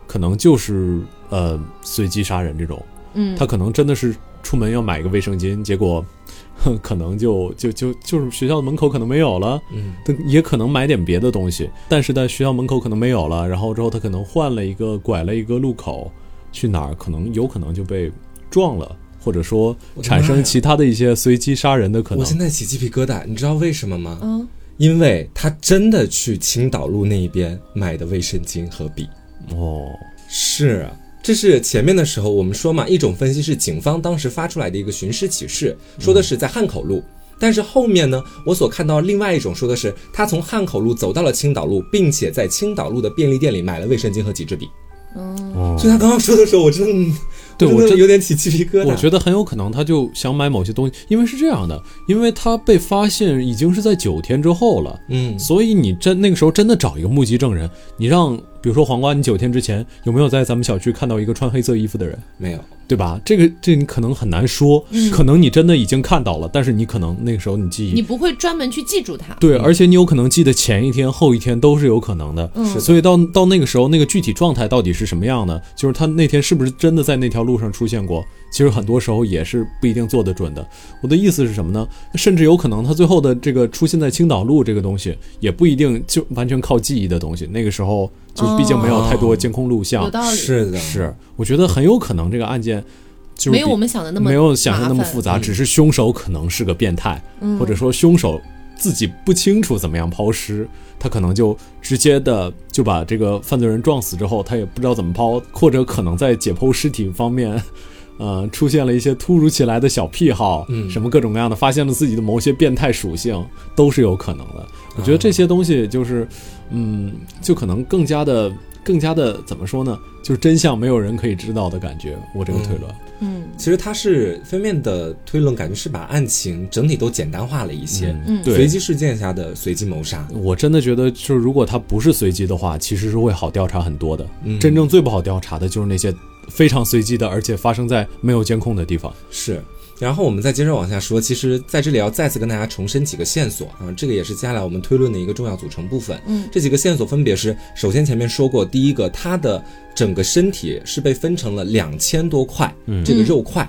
C: 可能就是呃随机杀人这种，
A: 嗯，
C: 他可能真的是出门要买个卫生巾，结果哼可能就就就就是学校门口可能没有了，
B: 嗯，
C: 但也可能买点别的东西，但是在学校门口可能没有了，然后之后他可能换了一个拐了一个路口去哪儿，可能有可能就被撞了。或者说
B: 我的
C: 产
B: 妈呀
C: 生其他的一些随机杀人的可
B: 我
C: 能，
B: 现在起鸡皮疙瘩，你知道为什么吗？
A: 嗯
B: 因为她真的去青岛路那一边买的卫生巾和笔。
C: 哦，
B: 是，啊这是前面的时候我们说嘛，一种分析是警方当时发出来的一个寻尸启事，说的是在汉口路。但是后面呢，我所看到另外一种说的是，他从汉口路走到了青岛路，并且在青岛路的便利店里买了卫生巾和几支笔。
A: 嗯
C: 哦
B: 所以他刚刚说的时候，我真的，嗯
C: 对我
B: 真的
C: 真
B: 有点起鸡皮疙瘩。
C: 我觉得很有可能他就想买某些东西，因为是这样的，因为他被发现已经是在九天之后了，
B: 嗯，
C: 所以你真那个时候真的找一个目击证人，你让比如说黄瓜，你九天之前有没有在咱们小区看到一个穿黑色衣服的人，
B: 没有，
C: 对吧？这个这你可能很难说，可能你真的已经看到了，但是你可能那个时候你记忆
A: 你不会专门去记住他。
C: 对，而且你有可能记得前一天、后一天都是有可能
A: 嗯
C: 的。
B: 是的
C: 所以到到那个时候，那个具体状态到底是什么样的，就是他那天是不是真的在那条路上出现过，其实很多时候也是不一定做得准的。我的意思是什么呢？甚至有可能他最后的这个出现在青岛路这个东西，也不一定就完全靠记忆的东西。那个时候就是毕竟没有太多监控录像，
A: 哦有道理，
B: 是的，
C: 是我觉得很有可能这个案件就是
A: 没有
C: 比
A: 我们想的那么
C: 没有想象那么
A: 麻烦嗯
C: 复杂，只是凶手可能是个变态，或者说凶手自己不清楚怎么样抛尸，他可能就直接的就把这个犯罪人撞死之后，他也不知道怎么抛，或者可能在解剖尸体方面。呃，出现了一些突如其来的小癖好，
B: 嗯
C: 什么各种各样的，发现了自己的某些变态属性，都是有可能的。我觉得这些东西就是，嗯，就可能更加的、更加的怎么说呢？就是真相没有人可以知道的感觉。我这个推论，
A: 嗯
B: 其实他是封面的推论，感觉是把案情整体都简单化了一些，
A: 嗯
C: 对，
B: 随机事件下的随机谋杀。
C: 我真的觉得，就是如果它不是随机的话，其实是会好调查很多的。
B: 嗯
C: 真正最不好调查的就是那些非常随机的，而且发生在没有监控的地方。
B: 是。然后我们再接着往下说，其实在这里要再次跟大家重申几个线索啊，这个也是接下来我们推论的一个重要组成部分。
A: 嗯，
B: 这几个线索分别是：首先前面说过，第一个，他的整个身体是被分成了两千多块，
C: 嗯
B: 这个肉块；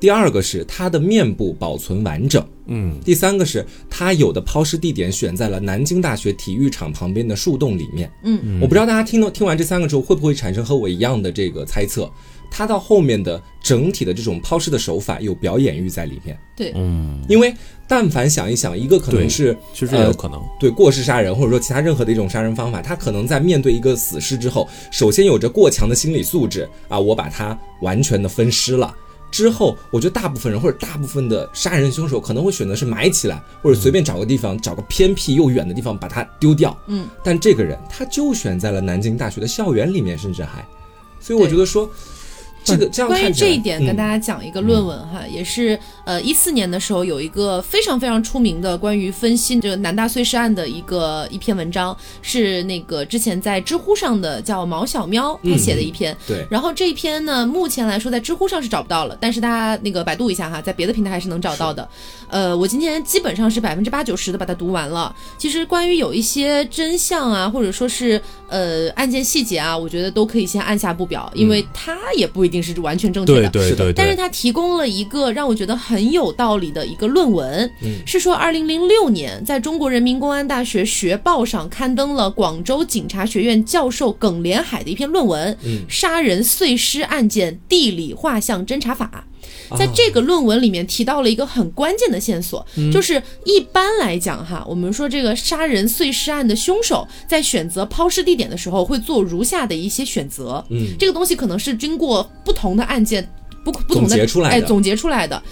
B: 第二个是他的面部保存完整；
C: 嗯
B: 第三个是他有的抛尸地点选在了南京大学体育场旁边的树洞里面。
A: 嗯
B: 我不知道大家听到听完这三个之后，会不会产生和我一样的这个猜测？他到后面的整体的这种抛尸的手法有表演欲在里面，
A: 对，
C: 嗯，
B: 因为但凡想一想，一个可能
C: 对
B: 是
C: 其实也有可能。
B: 对过失杀人，或者说其他任何的一种杀人方法，他可能在面对一个死尸之后，首先有着过强的心理素质啊，我把他完全的分尸了。之后，我觉得大部分人或者大部分的杀人凶手可能会选择是埋起来，或者随便找个地方，找个偏僻又远的地方把它丢掉。
A: 嗯，
B: 但这个人他就选在了南京大学的校园里面，甚至还，所以我觉得说，这个这样
A: 关于
B: 看起
A: 这
B: 来嗯
A: 一点，
C: 嗯
A: 跟大家讲一个论文哈，也是呃一四年的时候有一个非常非常出名的关于分析这个南大碎尸案的一个一篇文章，是那个之前在知乎上的叫毛小喵
C: 嗯
A: 他写的一篇。
B: 对
A: 然后这一篇呢，目前来说在知乎上是找不到了，但是大家那个百度一下哈，在别的平台还是能找到的。呃，我今天基本上是百分之八九十的把它读完了。其实关于有一些真相啊，或者说是呃案件细节啊，我觉得都可以先按下不表，因为它也不一定呃是完全正确的。
C: 对对
B: 是的
C: 对
A: 但是
C: 对，
A: 它提供了一个让我觉得很有道理的一个论文，
B: 嗯
A: 是说二零零六年在中国人民公安大学学报上刊登了广州警察学院教授耿连海的一篇论文，
B: 嗯
A: 杀人碎尸案件地理画像侦查法》。
B: 啊
A: 在这个论文里面提到了一个很关键的线索，就是一般来讲哈，我们说这个杀人碎尸案的凶手在选择抛尸地点的时候，会做如下的一些选择。
B: 嗯
A: 这个东西可能是经过不同的案件不不同的
B: 总结出来的
A: 哎，总结出来的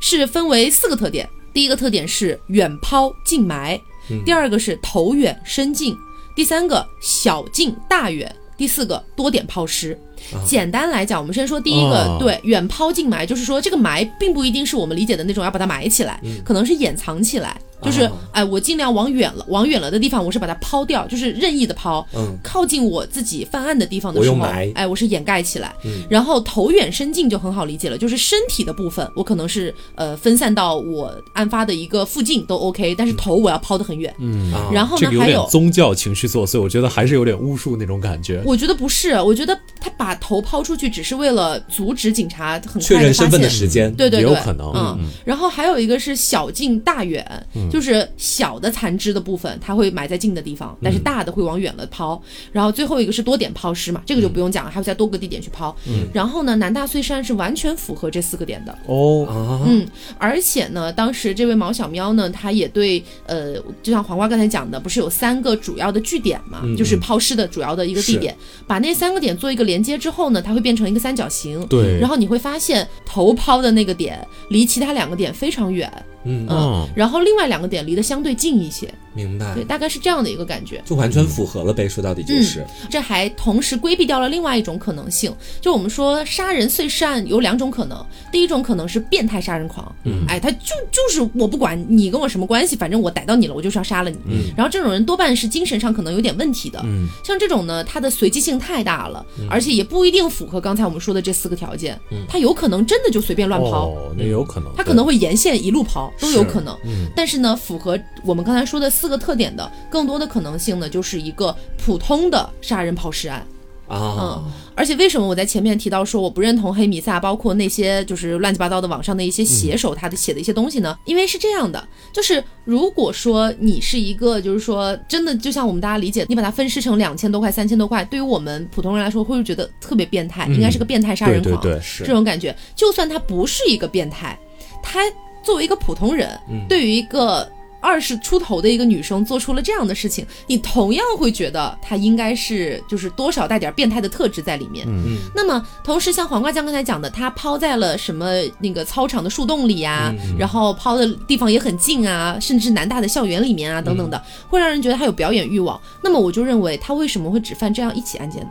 A: 是分为四个特点。第一个特点是远抛近埋，
B: 嗯
A: 第二个是头远身近，第三个小近大远，第四个多点抛尸。
B: 啊
A: 简单来讲，我们先说第一个，
C: 哦
A: 对，远抛近埋，就是说这个埋并不一定是我们理解的那种要把它埋起来，
B: 嗯
A: 可能是掩藏起来，就是、
B: 哦
A: 哎，我尽量往远了，往远了的地方，我是把它抛掉，就是任意的抛。
B: 嗯
A: 靠近我自己犯案的地方的
B: 我
A: 时
B: 用
A: 候
B: 埋，嗯
A: 哎，我是掩盖起来，然后头远身近就很好理解了，就是身体的部分，我可能是呃分散到我案发的一个附近都 OK，但是头我要抛得很远。
B: 嗯啊
A: 然后
C: 嗯这
A: 呢
C: 个，有
A: 还
C: 点
A: 有
C: 宗教情绪作祟，我觉得还是有点巫术那种感觉。
A: 我觉得不是，我觉得他把头抛出去只是为了阻止警察很
B: 确
A: 快地
B: 认
A: 发
B: 身份的
A: 现。
B: 时间，
A: 对对对，
C: 也有可能
A: 嗯，然后还有一个是小近大远，就是小的残肢的部分，它会埋在近的地方，但是大的会往远了抛。然后最后一个是多点抛尸嘛，这个就不用讲了，还会在多个地点去抛。然后呢，南大碎山是完全符合这四个点的。
C: 哦，
B: 啊，
A: 嗯，而且呢，当时这位毛小喵呢，他也对呃，就像黄瓜刚才讲的，不是有三个主要的据点嘛，就是抛尸的主要的一个地
B: 是
A: 点，把那三个点做一个连接之后呢，它会变成一个三角形。
C: 对，
A: 然后你会发现头抛的那个点离其他两个点非常远，
B: 嗯
C: 嗯，
A: 然后另外两个点离得相对近一些，
B: 明白
A: 对，，大概是这样的一个感觉。
B: 就完全符合了呗。说到底就是，
A: 这还同时规避掉了另外一种可能性，就我们说杀人碎尸案有两种可能，第一种可能是变态杀人狂，嗯，哎，他就就是我不管你跟我什么关系，反正我逮到你了，我就是要杀了你。嗯，然后这种人多半是精神上可能有点问题的，嗯，像这种呢，他的随机性太大了，而且也不一定符合刚才我们说的这四个条件，他有可能真的就随便乱抛。
C: 哦，那有可能，
A: 它可能会沿线一路刨都有可能，
C: 嗯
A: 但是呢，符合我们刚才说的四个特点的，更多的可能性呢，就是一个普通的杀人抛尸案。
B: 啊，
A: 而且为什么我在前面提到说我不认同黑弥撒，包括那些就是乱七八糟的网上的一些
C: 嗯
A: 写手他的写的一些东西呢？因为是这样的，就是如果说你是一个就是说真的就像我们大家理解，你把它分尸成两千多块、三千多块，对于我们普通人来说会觉得特别变态，应该是个变态杀
C: 对
A: 人
C: 嗯对
A: 狂。
C: 对，
B: 是
A: 这种感觉。就算他不是一个变态，他作为一个普通人，对于一个二十出头的一个女生做出了这样的事情，你同样会觉得他应该是就是多少带点变态的特质在里面。
B: 嗯
A: 那么同时，像黄瓜酱刚才讲的，他抛在了什么那个操场的树洞里呀、然后抛的地方也很近啊，甚至南大的校园里面啊等等的，会让人觉得他有表演欲望。那么我就认为他为什么会只犯这样一起案件呢？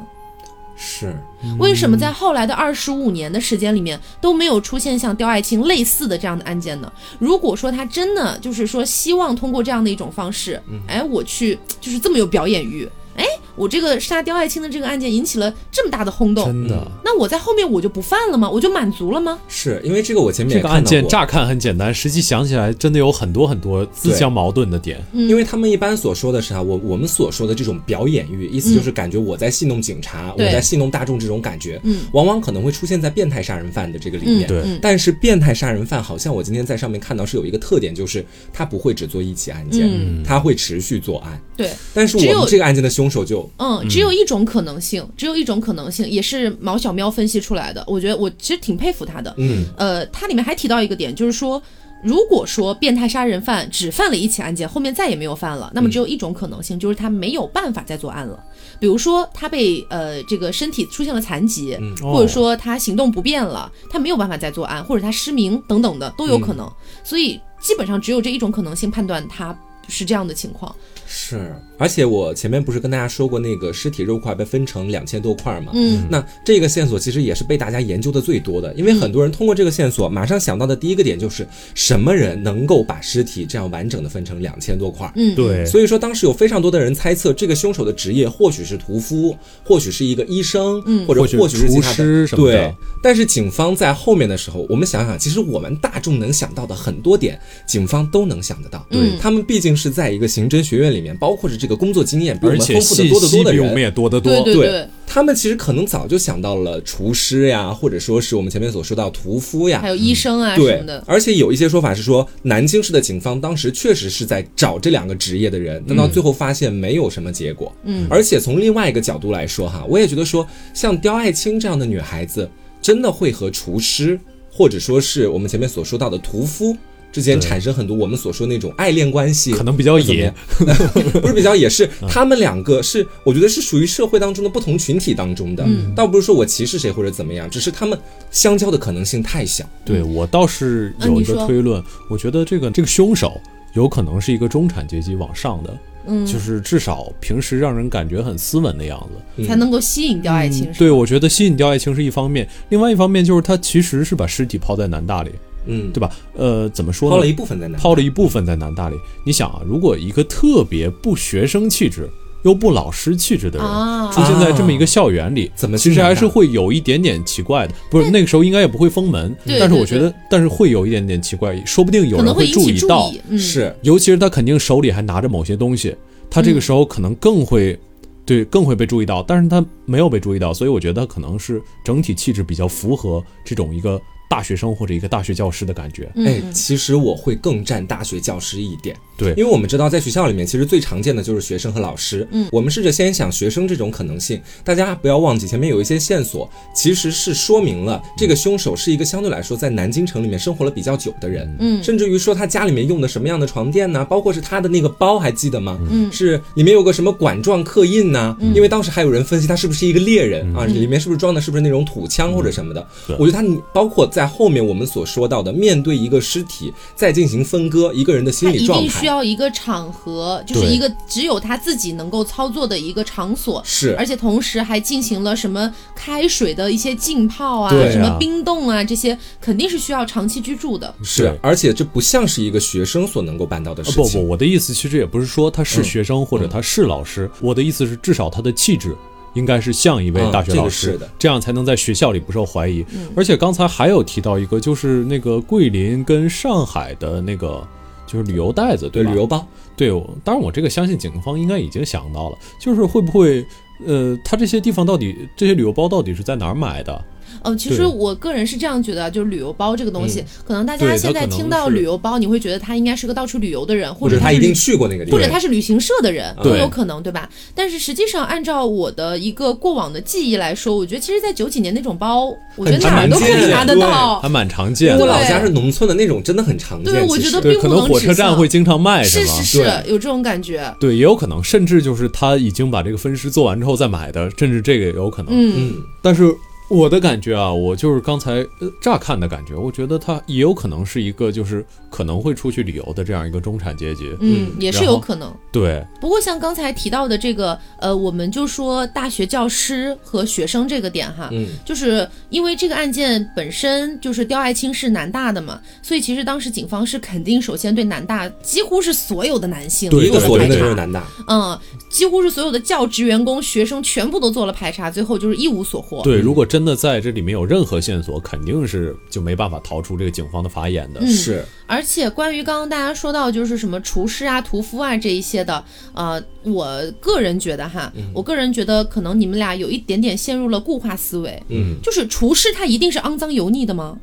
B: 是，
A: 为什么在后来的二十五年的时间里面都没有出现像刁爱青类似的这样的案件呢？如果说他真的就是说希望通过这样的一种方式，
C: 嗯
A: 哎，我去就是这么有表演欲，哎，我这个杀刁爱青的这个案件引起了这么大的轰动，
C: 真的。
A: 那我在后面我就不犯了吗？我就满足了吗？
B: 是因为这个我前面
C: 这
B: 也
C: 个
B: 看
C: 案
B: 到
C: 件
B: 过。
C: 乍看很简单，实际想起来真的有很多很多自相矛盾的点。
A: 嗯
B: 因为他们一般所说的是啊，我我们所说的这种表演欲，意思就是感觉我在戏弄警察，
A: 嗯
B: 我
A: 对
B: 在戏弄大众这种感觉，
A: 嗯，
B: 往往可能会出现在变态杀人犯的这个里
A: 嗯
B: 面。
C: 对
A: 嗯
B: 但是变态杀人犯好像我今天在上面看到是有一个特点，就是他不会只做一起案件，
A: 嗯
B: 他会持续作案。
A: 对，
B: 但是
A: 只
B: 我
A: 有
B: 们这个案件的凶手就
A: 嗯，只有一种可能性，只有一种可能性，也是毛小喵分析出来的。我觉得我其实挺佩服他的，
B: 嗯
A: 呃，它里面还提到一个点，就是说，如果说变态杀人犯只犯了一起案件，后面再也没有犯了，那么只有一种可能性，就是他没有办法再作案了。比如说他被呃这个身体出现了残疾，
C: 哦
A: 或者说他行动不便了，他没有办法再作案，或者他失明等等的都有可能。所以基本上只有这一种可能性判断他是这样的情况。
B: 是，而且我前面不是跟大家说过那个尸体肉块被分成两千多块吗？
A: 嗯，
B: 那这个线索其实也是被大家研究的最多的，因为很多人通过这个线索，马上想到的第一个点就是什么人能够把尸体这样完整的分成两千多块？
A: 嗯，
C: 对，
B: 所以说，当时有非常多的人猜测，这个凶手的职业或许是屠夫，或许是一个医生，
A: 嗯
B: 或者
C: 或许
B: 或许是其
C: 厨
B: 他的。
C: 师什么的
B: 对，但是警方在后面的时候，我们想想，其实我们大众能想到的很多点，警方都能想得到。
A: 嗯
B: 他们毕竟是在一个刑侦学院里面，包括是这个工作经验比我
C: 而
B: 们
C: 且
B: 丰富的
C: 信
B: 多得
C: 息
B: 多的
C: 比我们
B: 人。
C: 也多得多。
A: 对对
B: 对他们其实可能早就想到了厨师呀，或者说是我们前面所说到屠夫呀
A: 还，有医生啊什
B: 对
A: 么的，，
B: 而且有一些说法是说，南京市的警方当时确实是在找这两个职业的人，但到最后发现没有什么结果。
A: 嗯，
B: 而且从另外一个角度来说哈，我也觉得说，像刁爱青这样的女孩子，真的会和厨师，或者说是我们前面所说到的屠夫。之间产生很多我们所说那种爱恋关系，
C: 可能比较野
B: 或者怎么样，不是比较野， *laughs* 是他们两个是，我觉得是属于社会当中的不同群体当中的，
A: 嗯
B: 倒不是说我歧视谁或者怎么样，只是他们相交的可能性太小。
C: 对我倒是
A: 啊
C: 有
A: 你
C: 一个
A: 说
C: 推论，我觉得这个这个凶手有可能是一个中产阶级往上的，
A: 嗯
C: 就是至少平时让人感觉很斯文的样子。
B: 嗯
A: 才能够吸引掉爱情。是吧
C: 对，我觉得吸引掉爱情是一方面，另外一方面就是他其实是把尸体抛在南大里，
B: 嗯，
C: 对吧？呃，怎么说呢？
B: 抛了一部分在那，
C: 抛了一部分在南大里。你想啊，如果一个特别不学生气质又不老师气质的人。
A: 啊，
C: 出现在这么一个校园里，
B: 怎么
C: 其
B: 进
C: 实
B: 南
C: 还
B: 大
C: 是会有一点点奇怪的。不是那个时候应该也不会封门，
A: 对
C: 但是
A: 对
C: 我觉得，但是会有一点点奇怪，说不定有
A: 可能
C: 人
A: 会引
C: 注
A: 起
C: 意
A: 注
C: 到。
A: 意，嗯，
B: 是
C: 尤其是他肯定手里还拿着某些东西，他这个时候可能更会，对，更会被注意到。但是他没有被注意到，所以我觉得他可能是整体气质比较符合这种一个大学生或者一个大学教师的感觉。
A: 嗯
B: 哎，其实我会更站大学教师一点，
C: 对
B: 因为我们知道在学校里面，其实最常见的就是学生和老师。
A: 嗯，
B: 我们试着先想学生这种可能性，大家不要忘记前面有一些线索，其实是说明了这个凶手是一个相对来说在南京城里面生活了比较久的人。
A: 嗯
B: 甚至于说他家里面用的什么样的床垫呢、包括是他的那个包，还记得吗？
A: 嗯
B: 是里面有个什么管状刻印呐、因为当时还有人分析他是不是一个猎人、
A: 嗯
B: 啊，里面是不是装的是不是那种土枪或者什么的。
C: 对
B: 我觉得他包括在后面我们所说到的，面对一个尸体再进行分割，一个人的
A: 他
B: 心理
A: 一
B: 状
A: 定需
B: 态。
A: 要一个场合，就是
C: 对
A: 一个只有他自己能够操作的一个场所，
B: 是
A: 而且同时还进行了什么开水的一些浸泡啊，
B: 对啊
A: 什么冰冻啊，这些肯定是需要长期居住的。
B: 是
C: 对，
B: 而且这不像是一个学生所能够办到的
C: 呃
B: 事
C: 不
B: 情。嗯
C: 不，我的意思其实也不是说他是学生或者他是老师，我的意思是至少他的气质。应该是像一位
B: 嗯
C: 大学
B: 这个
C: 老
B: 是
C: 师，
B: 的嗯
C: 这样才能在学校里不受怀疑。而且刚才还有提到一个，就是那个桂林跟上海的那个，就是旅游袋子，
B: 对
C: 吧
B: 旅游包，
C: 对，我当然我这个相信警方应该已经想到了，就是会不会，呃，他这些地方到底这些旅游包到底是在哪儿买的？
A: 呃，其实
C: 对
A: 我个人是这样觉得，就是旅游包这个东西，
B: 嗯
A: 可能大
C: 对
A: 家
C: 它
A: 现在
C: 可能
A: 听到
C: 是
A: 旅游包，你会觉得他应该是个到处旅游的人，或
B: 或者
A: 他
B: 他
A: 是
B: 一定
A: 旅
B: 去过那个地
A: 或
B: 方
A: 者。他是旅行社的人
B: 对
A: 都有可能，对吧？但是实际上，按照我的一个过往的记忆来说，我觉得其实，在九几年那种包，我觉得
B: 很
A: 哪儿都可
B: 常
A: 以
B: 见
A: 拿得
B: 对
A: 到
C: 还。蛮常见
B: 我
A: 对
B: 老
C: 的，
B: 家是农村的那种，真的很常见。
A: 对
B: 其
A: 我觉
B: 实
A: 得
C: 对，
A: 并
C: 可
A: 不
C: 能
A: 能
C: 火
A: 指
C: 车站
A: 向
C: 会经常卖，
A: 是
C: 吗
A: 是？是，有这种感觉。
C: 对，也有可能，甚至就是他已经把这个分尸做完之后再买的，甚至这个也有可能。
A: 嗯，
B: 嗯，
C: 但是我的感觉啊，我就是刚才呃乍看的感觉，我觉得他也有可能是一个就是可能会出去旅游的这样一个中产阶级。
A: 嗯，也是
C: 然后
A: 有可能。
C: 对，
A: 不过像刚才提到的这个，呃，我们就说大学教师和学生这个点哈，
B: 嗯
A: 就是因为这个案件本身就是刁爱青是南大的嘛，所以其实当时警方是肯定首先对南大几乎是所有的男性
C: 对
B: 一
A: 做
B: 个
A: 了
B: 锁定的
A: 排
B: 就
A: 查
B: 是南大，
A: 嗯，几乎是所有的教职员工、学生全部都做了排查，最后就是一无所
B: 哦
A: 获。
B: 嗯
C: 对，如果真的在这里面有任何线索，肯定是就没办法逃出这个警方的法眼的。
A: 嗯
B: 是
A: 而且关于刚刚大家说到就是什么厨师啊、屠夫啊这一些的，呃，我个人觉得哈，
B: 嗯
A: 我个人觉得可能你们俩有一点点陷入了固化思维，
B: 嗯
A: 就是厨师他一定是肮脏油腻的吗？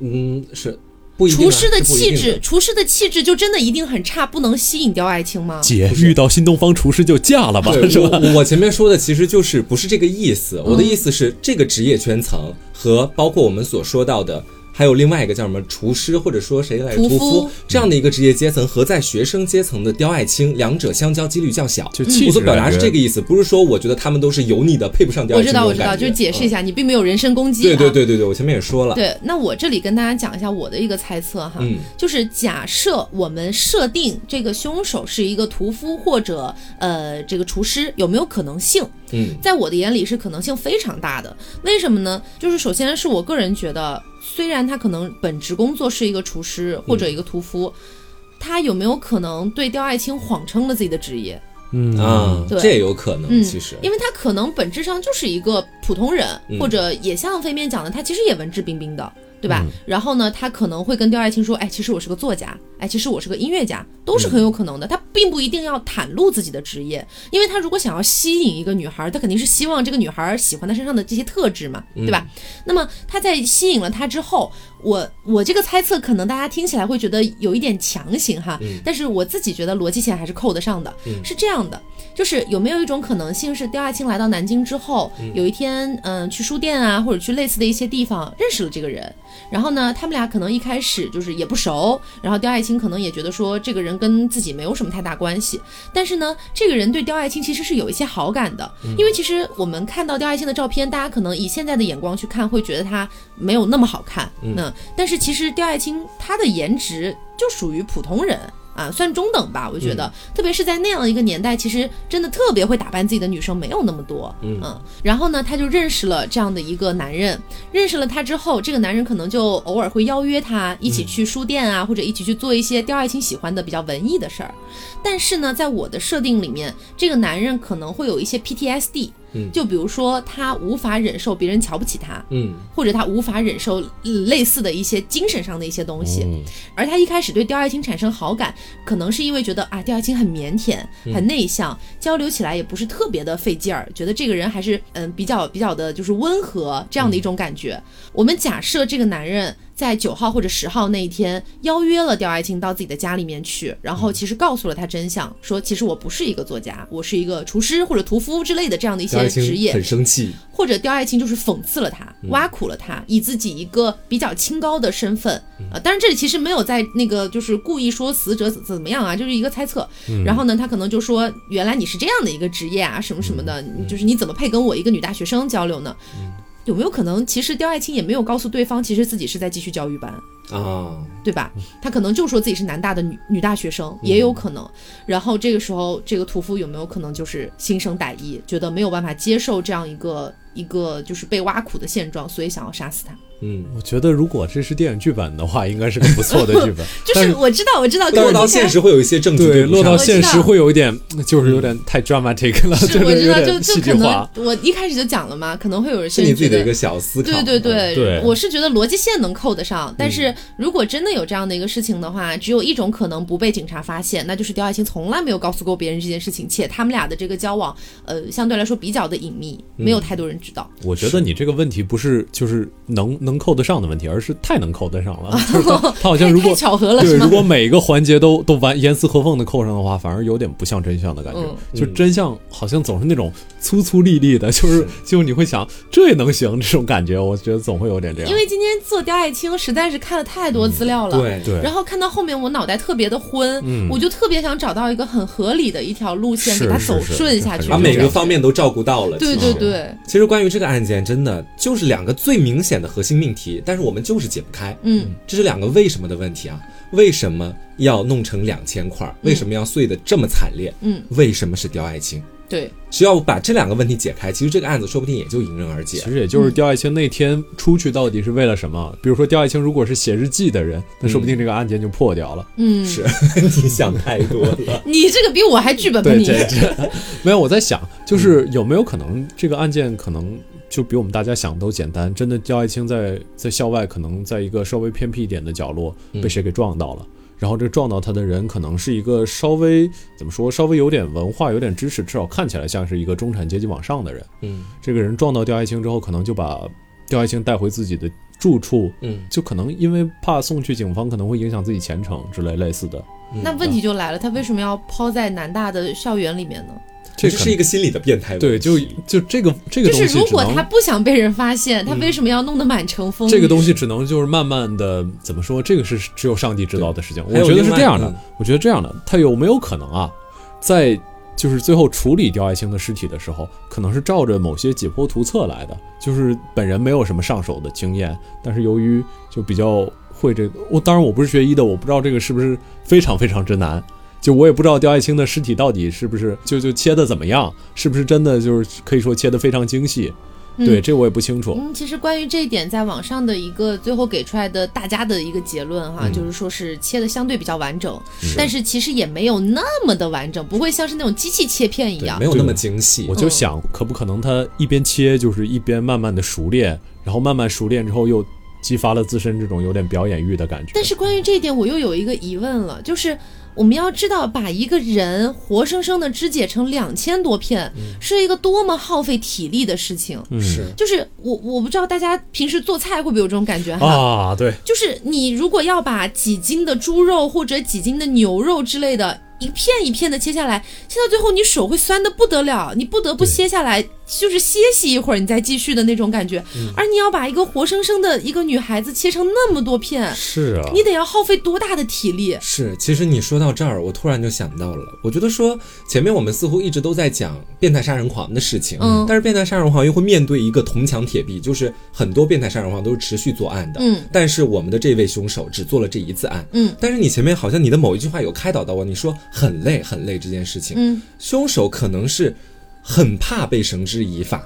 B: 嗯是，不一定啊
A: 厨师的
B: 是不一
A: 气
B: 定
A: 质，厨师的气质就真的一定很差，不能吸引掉爱情吗？
C: 姐遇到新东方厨师就嫁了吧， *laughs* 是
B: 对，
C: 吧？
B: 我我前面说的其实就是
A: 嗯
B: 不是这个意思，我的意思是这个职业圈层和包括我们所说到的。还还有另外一个叫什么厨师，或者说谁来
A: 屠
B: 屠
A: 夫
B: 夫这样的一个职业阶层，和在学生阶层的刁爱青，两者相交几率较小。
C: 就气质
B: 我所表达
C: 感觉
B: 是这个意思，不是说我觉得他们都是油腻的，配不上刁
A: 我
B: 爱青
A: 知
B: 这种
A: 道，
B: 感
A: 我
B: 觉。
A: 知道，就是解释一
B: 下。
A: 下，你并没有人身攻击、啊。
B: 啊对对对对对，我前面也说了，
A: 对，那我这里跟大家讲一下我的一个猜测哈，
B: 嗯
A: 就是假设我们设定这个凶手是一个屠夫或者呃这个厨师，有没有可能性？
B: 嗯
A: 在我的眼里是可能性非常大的。为什么呢？就是首先是我个人觉得，虽然他可能本职工作是一个厨师或者一个屠夫，他有没有可能对刁爱青谎称了自己的职业？
C: 嗯
B: 啊，
A: 对
B: 这也有可能，
A: 嗯
B: 其实
A: 因为他可能本质上就是一个普通人，
B: 嗯
A: 或者也像飞面讲的，他其实也文质彬彬的，对吧？然后呢，他可能会跟刁爱青说：“哎，其实我是个作家，哎，其实我是个音乐家，都是很有可能的。他并不一定要袒露自己的职业，因为他如果想要吸引一个女孩，他肯定是希望这个女孩喜欢他身上的这些特质嘛，对吧？那么他在吸引了她之后，我我这个猜测可能大家听起来会觉得有一点强行哈，但是我自己觉得逻辑线还是扣得上的。是这样的，就是有没有一种可能性是刁爱青来到南京之后，有一天嗯、去书店啊或者去类似的一些地方认识了这个人，然后呢他们俩可能一开始就是也不熟，然后刁爱青可能也觉得说这个人跟自己没有什么太大关系，但是呢这个人对刁爱青其实是有一些好感的，因为其实我们看到刁爱青的照片，大家可能以现在的眼光去看会觉得她没有那么好看，嗯，但是其实刁爱青她的颜值就属于普通人。啊，算中等吧，我觉得，特别是在那样一个年代，其实真的特别会打扮自己的女生没有那么多，嗯然后呢，她就认识了这样的一个男人，认识了他之后，这个男人可能就偶尔会邀约她一起去书店啊，或者一起去做一些刁爱青喜欢的比较文艺的事儿。但是呢，在我的设定里面，这个男人可能会有一些 PTSD，、就比如说他无法忍受别人瞧不起他，
B: 嗯
A: 或者他无法忍受嗯类似的一些精神上的一些东西。
C: 嗯
A: 而他一开始对刁爱青产生好感，可能是因为觉得啊，刁爱青很腼腆、
B: 嗯
A: 很内向，交流起来也不是特别的费劲儿，觉得这个人还是嗯比较比较的就是温和这样的一种感
B: 嗯
A: 觉。我们假设这个男人。在九号或者十号那一天，邀约了刁爱青到自己的家里面去，然
B: 嗯
A: 后其实告诉了他真相，说其实我不是一个作家，我是一个厨师或者屠夫之类的这样的一
B: 刁爱
A: 些职
B: 青
A: 业。
B: 很生气，
A: 或者刁爱青就是讽刺了他，挖苦了他，以自己一个比较清高的身份啊、呃当然这里其实没有在那个就是故意说死者怎怎么样啊，就是一个猜测。然后呢，他可能就说原来你是这样的一个职业啊，什么什么的，你就是你怎么配跟我一个女大学生交流呢？有没有可能，其实刁爱青也没有告诉对方，其实自己是在继续教育班。
B: 啊，
A: 对吧？他可能就说自己是南大的女女大学生，也有可能。然后这个时候，这个屠夫有没有可能就是心生歹意，觉得没有办法接受这样一个一个就是被挖苦的现状，所以想要杀死他？
B: 嗯，
C: 我觉得如果这是电影剧本的话，应该是个不错的剧本。
A: 就
C: 但
A: 是我知道，我知道，跟
B: 落
A: 我
B: 到
A: 之前
B: *laughs* 现实会有一些证据
C: 对，
B: 不
C: 落
B: 上
C: 到
A: 我
C: 现
A: 知
C: 实
A: 道
C: 会有一点，嗯就是有点太 dramatic 了，
A: 嗯是我
C: 是
A: 知
C: 有
A: 道，就
C: 点
A: 就
C: 戏剧
A: 可能
C: 化。
A: 我一开始就讲了嘛，可能会有人
B: 是你自己的一
A: 觉得
B: 个小思考，
A: 对对对，
C: 嗯对嗯
A: 我是觉得逻辑线能扣得上，但是如果真的有这样的一个事情的话，只有一种可能不被警察发现，那就是刁爱青从来没有告诉过别人这件事情，且他们俩的这个交往，呃，相对来说比较的隐秘，没
C: 嗯
A: 有太多人知道。
C: 我觉得你这个问题不是就是能能扣得上的问题，而是太能扣得上了。就是他他好像
A: 哦太
C: 如果
A: 太巧合了
C: 对，
A: 是吗
C: 如果每一个环节都都完严丝合缝的扣上的话，反而有点不像真相的感觉。
A: 嗯
C: 就真相好像总是那种粗粗粝粝的，就是就你会想这也能行这种感觉，我觉得总会有点这样。
A: 因为今天做刁爱青实在是看了太多资料了，
B: 对
C: 嗯对嗯
A: 然后看到后面我脑袋特别的昏，我就特别想找到一个很合理的一条路线
C: 是
A: 给他
C: 是
A: 走
C: 是
A: 顺下去。
C: 很
B: 把每
C: 这
B: 个
C: 样
B: 方面都照顾到了。
A: 对
B: 其
A: 对嗯
B: 实
A: 对，
B: 其实关于这个案件，真的就是两个最明显的核心命题，但是我们就是解不开。
A: 嗯，
B: 这是两个为什么的问题啊？为什么要弄成两千块儿？为什么要碎的这么惨烈？
A: 嗯，
B: 为什么是刁爱青？
A: 对，
B: 只要把这两个问题解开，其实这个案子说不定也就迎刃而解
C: 其。实也就是刁爱青那天出去到底是为了什么？比如说刁爱青如果是写日记的人，那说不定这个案件就破掉了。
A: 嗯，
B: 是 *laughs* 你想太多
C: *laughs*
B: 了。
A: 你这个比我还剧本吧
C: 对，
A: 你。 *laughs*
C: 这这没有我在想，就是有没有可能这个案件可能就比我们大家想的都简单？真的刁爱青在在校外可能在一个稍微偏僻一点的角落被谁给撞到了。然后这撞到他的人可能是一个稍微怎么说，稍微有点文化、有点知识，至少看起来像是一个中产阶级往上的人。
B: 嗯
C: 这个人撞到刁爱青之后，可能就把刁爱青带回自己的住处，
B: 嗯，
C: 就可能因为怕送去警方，可能会影响自己前程之类类似的。
B: 嗯
C: 嗯
A: 那问题就来了，他为什么要抛在南大的校园里面呢？
B: 这
C: 这
B: 是一个心理的变态问题。
C: 对，就就这个这个
A: 就
C: 东西
A: 是
C: 只
A: 如
C: 能，嗯
A: 果他不想被人发现，他为什么要弄得满城风雨？
C: 这个东西只能就是慢慢的怎么说，这个是只有上帝知道的事情。
B: 还
C: 我
B: 有
C: 觉得
B: 另
C: 是
B: 外
C: 这样的，
B: 嗯
C: 我觉得这样的，他有没有可能啊，在就是最后处理刁爱青的尸体的时候，可能是照着某些解剖图册来的，就是本人没有什么上手的经验，但是由于就比较会这个，我当然我不是学医的，我不知道这个是不是非常非常之难。就我也不知道刁爱青的尸体到底是不是就就切的怎么样，是不是真的就是可以说切的非常精细，
A: 嗯
C: 对，这我也不清楚。
A: 嗯，其实关于这一点，在网上的一个最后给出来的大家的一个结论
C: 嗯
A: 哈，就是说是切的相对比较完整，但是其实也没有那么的完整，不会像是那种机器切片一
B: 对
A: 样
B: 没。有那么精细
A: 嗯
C: 我。就想，可不可能他一边切就是一边慢慢的熟练，然后慢慢熟练之后又激发了自身这种有点表演欲的感觉。
A: 但是关于这一点，我又有一个疑问了，就是我们要知道，把一个人活生生的肢解成两千多片，
C: 嗯
A: 是一个多么耗费体力的事情。
B: 是
A: 就是我我不知道大家平时做菜会不会有这种感觉哈，
C: 啊，
A: *laughs*
C: 对，
A: 就是你如果要把几斤的猪肉或者几斤的牛肉之类的，一片一片的切下来，切到最后你手会酸的不得了，你不得不歇下来，就是歇息一会儿，你再继续的那种感觉。而你要把一个活生生的一个女孩子切成那么多片，
C: 是啊，
A: 你得要耗费多大的体力？
B: 是，其实你说到这儿，我突然就想到了，我觉得说前面我们似乎一直都在讲变态杀人狂的事情，
A: 嗯
B: 但是变态杀人狂又会面对一个铜墙铁壁，就是很多变态杀人狂都是持续作案的，
A: 嗯，
B: 但是我们的这位凶手只做了这一次案，
A: 嗯，
B: 但是你前面好像你的某一句话有开导到我，你说很累很累这件事情，
A: 嗯，
B: 凶手可能是很怕被绳之以法，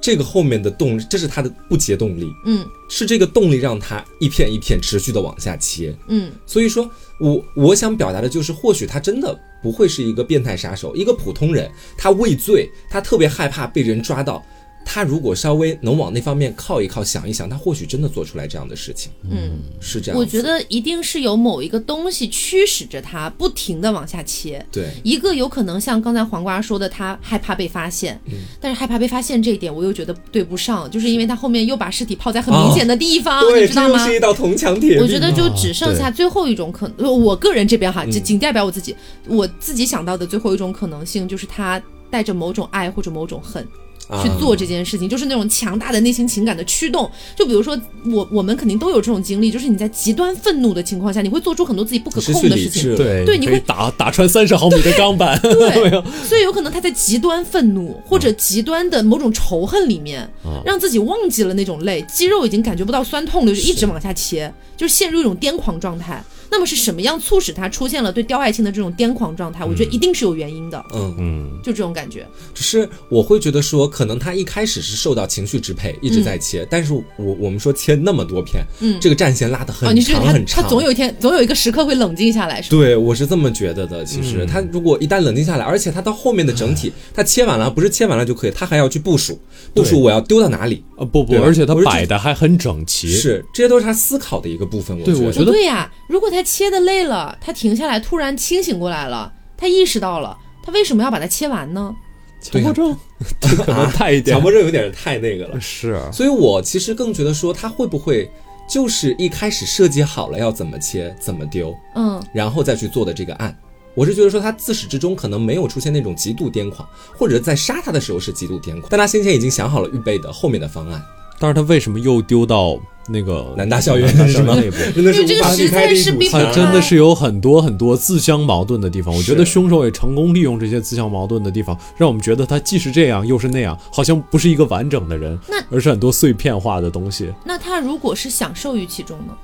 B: 这个后面的动，这是他的不竭动力，
A: 嗯
B: 是这个动力让他一片一片持续的往下切。
A: 嗯
B: 所以说我我想表达的就是，或许他真的不会是一个变态杀手，一个普通人，他畏罪，他特别害怕被人抓到。他如果稍微能往那方面靠一靠，想一想，他或许真的做出来这样的事情，
A: 嗯，
B: 是这样子。
A: 我觉得一定是有某一个东西驱使着他不停的往下切。
B: 对，
A: 一个有可能像刚才黄瓜说的，他害怕被发现，
B: 嗯
A: 但是害怕被发现这一点，我又觉得对不上，就是因为他后面又把尸体泡在很明显的地方，啊
B: 对，
A: 你知
B: 这
A: 道
B: 又
A: 吗？
B: 是一道铜墙铁壁。
A: 我觉得就只剩下最后一种可能，我个人这边哈，仅仅代表我自己，我自己想到的最后一种可能性就是他。带着某种爱或者某种恨
B: 啊
A: 去做这件事情，就是那种强大的内心情感的驱动。就比如说，我我们肯定都有这种经历，就是你在极端愤怒的情况下，你会做出很多自己不可
B: 失
A: 控
B: 去
A: 的
B: 理
A: 事情
B: 智。了，
C: 对
A: 对你
C: 你可以
A: 会
C: 打打穿三十毫米的钢板，
A: 对
C: *laughs* 没有
A: 所以有可能他在极端愤怒或者极端的某种仇恨里面，让自己忘记了那种累，肌肉已经感觉不到酸痛了，就一直往下切，就是陷入一种癫狂状态。那么是什么样促使他出现了对刁爱青的这种癫狂状态？我觉得一定是有原因的，
B: 嗯，
C: 嗯，
A: 就这种感觉。
B: 只是我会觉得说，可能他一开始是受到情绪支配，一直在切，但是我我们说切那么多片，
A: 嗯
B: 这个战线拉得
A: 啊，
B: 很
A: 你是觉
B: 长
A: 得
B: 很
A: 他
B: 长，
A: 他总有一天总有一个时刻会冷静下来，是吧？
B: 对，我是这么觉得的。其
A: 嗯
B: 实、他如果一旦冷静下来，而且他到后面的整体，他切完了不是切完了就可以，他还要去部署，部署我要丢到哪里，
C: 啊不不
B: 对，吧
C: 而且它
B: 我是
C: 摆的还很整齐，
B: 是这些都是他思考的一个部分。我
C: 对
B: 觉
C: 我
B: 得
C: 觉得
A: 不对呀、如果他切的累了，他停下来，突然清醒过来了，他意识到了，他为什么要把它切完呢？
C: 强迫症，
B: *laughs*
C: 这可能太一点
B: 强，迫症啊有点太那个了。
C: 是
B: 所以我其实更觉得说，他会不会就是一开始设计好了要怎么切、怎么丢，
A: 嗯
B: 然后再去做的这个案。我是觉得说他自始至终可能没有出现那种极度癫狂，或者在杀他的时候是极度癫狂，但他先前已经想好了预备的后面的方 *laughs* 案。
C: 但是他为什么又丢到那个
B: 南大校园
C: 南大
B: 是吗
C: 那一步？
B: 真的
A: 因为这个
B: 无法避
A: 实
B: 开
A: 在
B: 的一
A: 是
B: 堵
A: 逼不
B: 墙
C: 他呃真的是有很多很多自相矛盾的地方。我觉得
B: 是
C: 凶手也成功利用这些自相矛盾的地方，让我们觉得他既是这样又是那样，好像不是一个完整的人
A: 那，
C: 而是很多碎片化的东西。
A: 那他如果是享受于其中呢？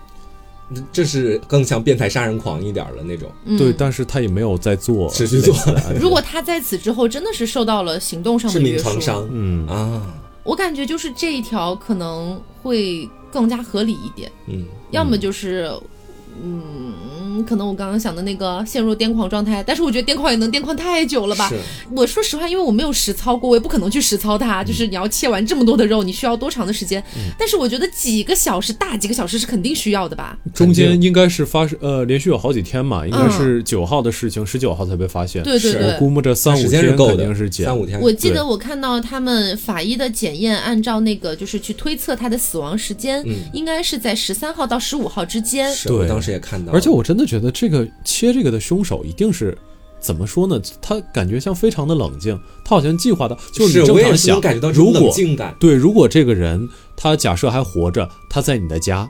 B: 这是更像变态杀人狂一点儿的那种。
A: 嗯、
C: 对，但是他也没有在做
B: 持续做
C: 类似的案
B: *laughs*
A: *laughs*
C: 件
A: 如果他在此之后真的是受到了行动上
B: 致
A: 的
B: 命
A: 约
B: 创
A: 束，
B: 伤
C: 嗯，
B: 啊，
A: 我感觉就是这一条可能会更加合理一点。
B: 嗯，
A: 要么就是，嗯，可能我刚刚想的那个陷入癫狂状态，但是我觉得癫狂也能癫狂太久了吧
B: 是？
A: 我说实话，因为我没有实操过，我也不可能去实操
B: 嗯
A: 它。就是你要切完这么多的肉，你需要多长的时间？但是我觉得几个小时，大几个小时是肯定需要的吧？
C: 中间应该是发生呃连续有好几天嘛，应
B: 嗯
C: 该是九号的事情，十九号才被发现。
A: 对对
B: 是
A: 对
C: 我，估摸着三五
B: 时
C: 天
B: 间是够
C: 肯
B: 的，
C: 定是解。
B: 三五天。
A: 我记
C: 对
A: 得我看到他们法医的检验，按照那个就是去推测他的死亡时间，应该是在十三号到十五号之间。
B: 嗯是我
C: 对
B: 当时也看到了，
C: 而且我真的觉得这个切这个的凶手一定是怎么说呢？他感觉像非常的冷静，他好像计划的，就是
B: 是
C: 你正
B: 我也
C: 常
B: 是能
C: 想，
B: 感觉到这
C: 如
B: 种冷
C: 果
B: 静感。
C: 对，如果这个人他假设还活着，他在你的家，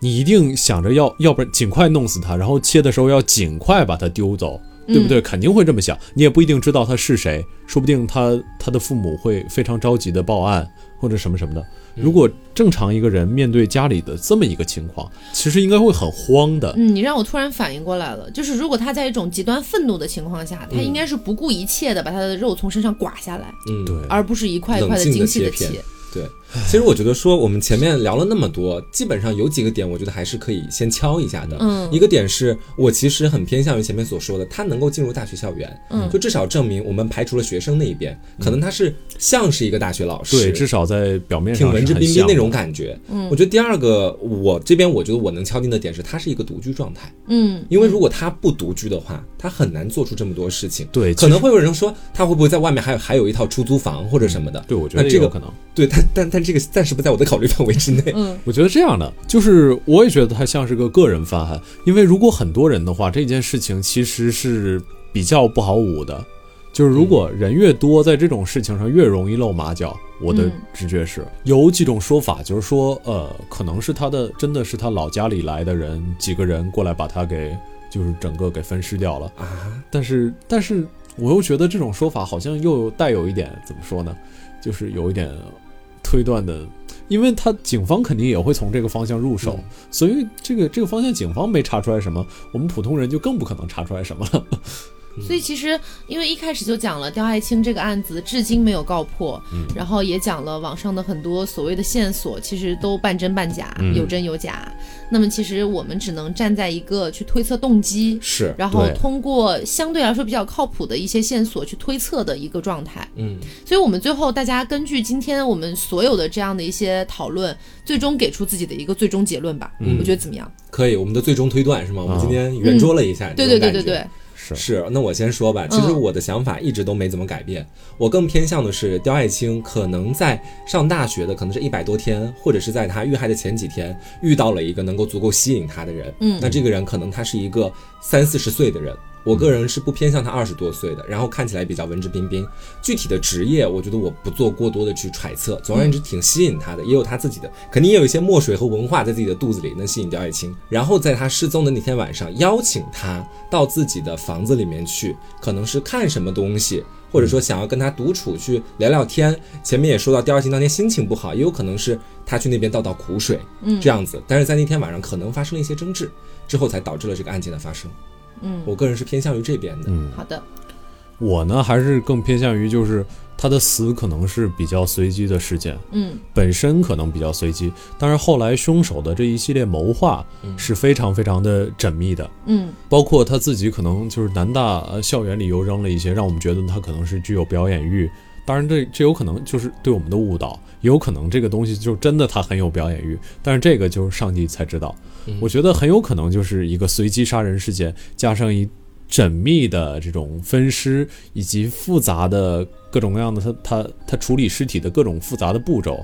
C: 你一定想着要，要不然尽快弄死他，然后切的时候要尽快把他丢走，对不对？肯定会这么想。你也不一定知道他是谁，说不定他他的父母会非常着急的报案或者什么什么的。
B: 嗯
C: 如果正常一个人面对家里的这么一个情况，其实应该会很慌的。
A: 嗯，你让我突然反应过来了，就是如果他在一种极端愤怒的情况下，他应该是不顾一切的把他的肉从身上刮下来，
B: 嗯，
C: 对，
A: 而不是一块一块
B: 冷
A: 的
B: 静地
A: 精细的
B: 切片
A: 切。
B: 对，其实我觉得说我们前面聊了那么多，基本上有几个点，我觉得还是可以先敲一下的。
A: 嗯
B: 一个点是我其实很偏向于前面所说的，他能够进入大学校园，
A: 嗯
B: 就至少证明我们排除了学生那一边，可能他是像是一个大学老师，
C: 对，至少在表面上
B: 挺文质
C: 是很
B: 彬彬
C: 像
B: 那
C: 的
B: 种感觉。嗯，我觉得第二个，我这边我觉得我能敲定的点是，他是一个独居状态，
A: 嗯，
B: 因为如果他不独居的话，他很难做出这么多事情。
C: 对
B: 可能会有人说他会不会在外面还有还有一套出租房或者什么的？
C: 对，我觉得
B: 那
C: 也
B: 呃这个
C: 有可能。
B: 对，但但但这个暂时不在我的考虑范围之内。
A: 嗯
B: *laughs*
C: 我觉得这样的，就是我也觉得他像是个个人犯案，因为如果很多人的话，这件事情其实是比较不好捂的。就是
B: 嗯
C: 如果人越多，在这种事情上越容易露马脚。我的
A: 嗯
C: 直觉是，有几种说法，就是说，呃，可能是他的真的是他老家里来的人，几个人过来把他给就是整个给分尸掉了。
B: 啊，
C: 但是，但是我又觉得这种说法好像又带有一点怎么说呢，就是有一点推断的，因为他警方肯定也会从这个方向入手，
B: 嗯
C: 所以这个这个方向警方没查出来什么，我们普通人就更不可能查出来什么了。
A: 所以其实因为一开始就讲了刁爱青这个案子至今没有告破，
B: 嗯
A: 然后也讲了网上的很多所谓的线索，其实都半真半假，
C: 嗯
A: 有真有假。那么其实我们只能站在一个去推测动机，
B: 是，
A: 然后
C: 对
A: 通过相对来说比较靠谱的一些线索去推测的一个状态。
B: 嗯，
A: 所以我们最后大家根据今天我们所有的这样的一些讨论，最终给出自己的一个最终结论吧。
B: 嗯
A: 我觉得怎么样？
B: 可以，我们的最终推断是吗？我们今天圆桌了一下，
A: 嗯对
B: 这
A: 对对
B: 种感
A: 对
B: 觉
A: 对。，
C: 是
B: 是，那我先说吧。其实
A: 嗯
B: 我的想法一直都没怎么改变，我更偏向的是刁爱青可能在上大学的，可能是一百多天，或者是在他遇害的前几天，遇到了一个能够足够吸引他的人。
A: 嗯
B: 那这个人可能他是一个三四十岁的人。我个人是不偏向他二十多岁的，然后看起来比较文质彬彬。具体的职业，我觉得我不做过多的去揣测。总而言之，挺吸引他的，也有他自己的，肯定也有一些墨水和文化在自己的肚子里能吸引刁爱青。然后在他失踪的那天晚上，邀请他到自己的房子里面去，可能是看什么东西，或者说想要跟他独处去聊聊天。前面也说到，刁爱青当天心情不好，也有可能是他去那边倒倒苦水，嗯，这样子。但是在那天晚上可能发生了一些争执，之后才导致了这个案件的发生。
A: 嗯，
B: 我个人是偏向于这边的。
A: 好的，
C: *laughs* 我呢，还是更偏向于就是他的死可能是比较随机的事件，
A: 嗯
C: 本身可能比较随机，但是后来凶手的这一系列谋划是非常非常的缜密的。
A: 嗯
C: 包括他自己可能就是南大呃校园里又扔了一些，让我们觉得他可能是具有表演欲。当然这，这有可能就是对我们的误导，也有可能这个东西就真的他很有表演欲，但是这个就是上帝才知道。我觉得很有可能就是一个随机杀人事件，加上一缜密的这种分尸，以及复杂的各种各样的他他他处理尸体的各种复杂的步骤。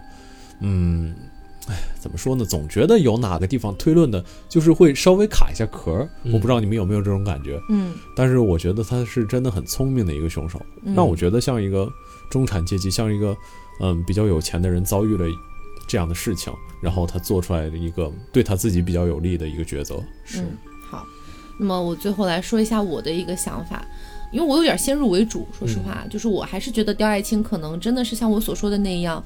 C: 嗯，哎，怎么说呢？总觉得有哪个地方推论的，就是会稍微卡一下壳儿。我不知道你们有没有这种感觉，
A: 嗯
C: 但是我觉得他是真的很聪明的一个凶手，
A: 嗯
C: 让我觉得像一个中产阶级，像一个嗯比较有钱的人遭遇了这样的事情，然后他做出来的一个对他自己比较有利的一个抉择。是
A: 嗯，好。那么我最后来说一下我的一个想法，因为我有点先入为主，说实话，就是我还是觉得刁爱青可能真的是像我所说的那样，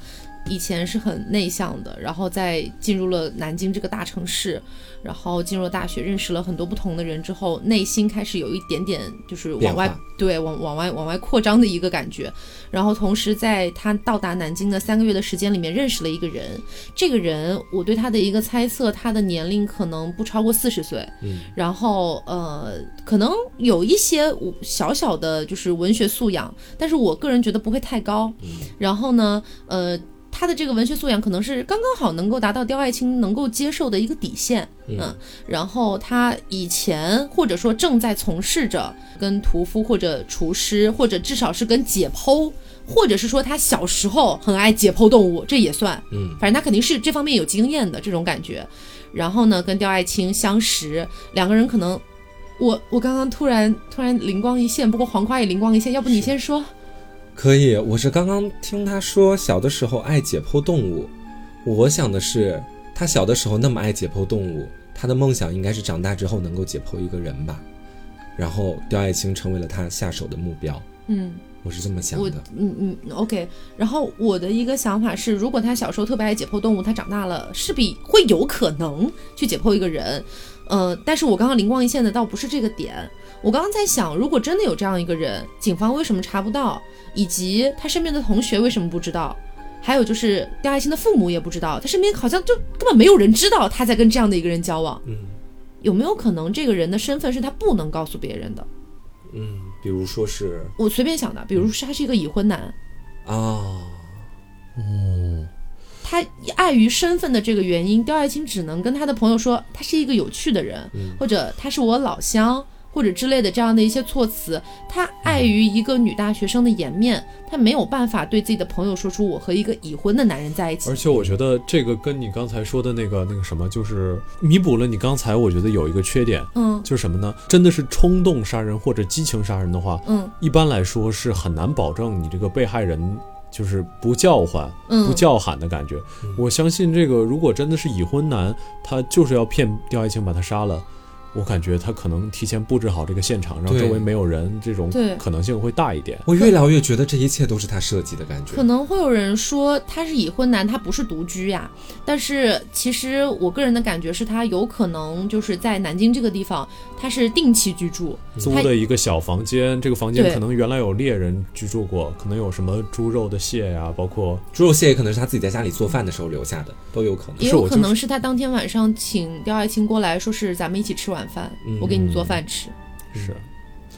A: 以前是很内向的，然后在进入了南京这个大城市，然后进入了大学，认识了很多不同的人之后，内心开始有一点点就是
B: 变
A: 往
B: 化
A: 外对往往外往外扩张的一个感觉。然后同时在他到达南京的三个月的时间里面，认识了一个人，这个人我对他的一个猜测，他的年龄可能不超过四十岁，
B: 嗯，
A: 然后呃，可能有一些我小小的就是文学素养，但是我个人觉得不会太高，
B: 嗯
A: 然后呢，呃。他的这个文学素养可能是刚刚好能够达到刁爱青能够接受的一个底线，嗯然后他以前或者说正在从事着跟屠夫或者厨师，或者至少是跟解剖，或者是说他小时候很爱解剖动物，这也算，
B: 嗯，
A: 反正他肯定是这方面有经验的这种感觉。然后呢，跟刁爱青相识，两个人可能我我刚刚突然突然灵光一现，不过黄瓜也灵光一现，要不你先说？
B: 可以，我是刚刚听他说小的时候爱解剖动物，我想的是他小的时候那么爱解剖动物，他的梦想应该是长大之后能够解剖一个人吧。然后刁爱青成为了他下手的目标，
A: 嗯，
B: 我是这么想
A: 我
B: 的。
A: 嗯嗯，OK。然后我的一个想法是，如果他小时候特别爱解剖动物，他长大了势必会有可能去解剖一个人。呃，但是我刚刚灵光一现的倒不是这个点，我刚刚在想，如果真的有这样一个人，警方为什么查不到，以及他身边的同学为什么不知道，还有就是刁爱青的父母也不知道，他身边好像就根本没有人知道他在跟这样的一个人交往。
B: 嗯
A: 有没有可能这个人的身份是他不能告诉别人的？
B: 嗯，比如说是
A: 我随便想的，比如说他是一个已婚男，
B: 啊，
A: 他碍于身份的这个原因，刁爱青只能跟他的朋友说他是一个有趣的人，
C: 嗯
A: 或者他是我老乡，或者之类的这样的一些措辞。他碍于一个女大学生的颜面，他没有办法对自己的朋友说出我和一个已婚的男人在一起
C: 而。且我觉得这个跟你刚才说的那个那个什么，就是弥补了你刚才我觉得有一个缺点，
A: 嗯
C: 就是什么呢？真的是冲动杀人或者激情杀人的话，
A: 嗯
C: 一般来说是很难保证你这个被害人就是不叫唤、
A: 嗯
C: 不叫喊的感觉。我相信这个，如果真的是已婚男，他就是要骗刁爱青把他杀了。我感觉他可能提前布置好这个现场，让
B: 对
C: 周围没有人，这种
A: 对
C: 可能性会大一点。
B: 我越聊越觉得这一切都是他设计的感觉
A: 可。能会有人说他是已婚男，他不是独居呀。但是其实我个人的感觉是他有可能就是在南京这个地方，他是定期居住，
C: 租
A: 他
C: 的一个小房间，这个房间
A: 对
C: 可能原来有猎人居住过，可能有什么猪肉的屑呀、包括
B: 猪肉蟹也可能是他自己在家里做饭的时候留下的，都有可能。
A: 也
C: 是
A: 有
C: 我
A: 可
C: 就
A: 能是他当天晚上请刁爱青过来说是咱们一起吃晚饭，
C: 嗯
A: 我给你做饭吃。
C: 是，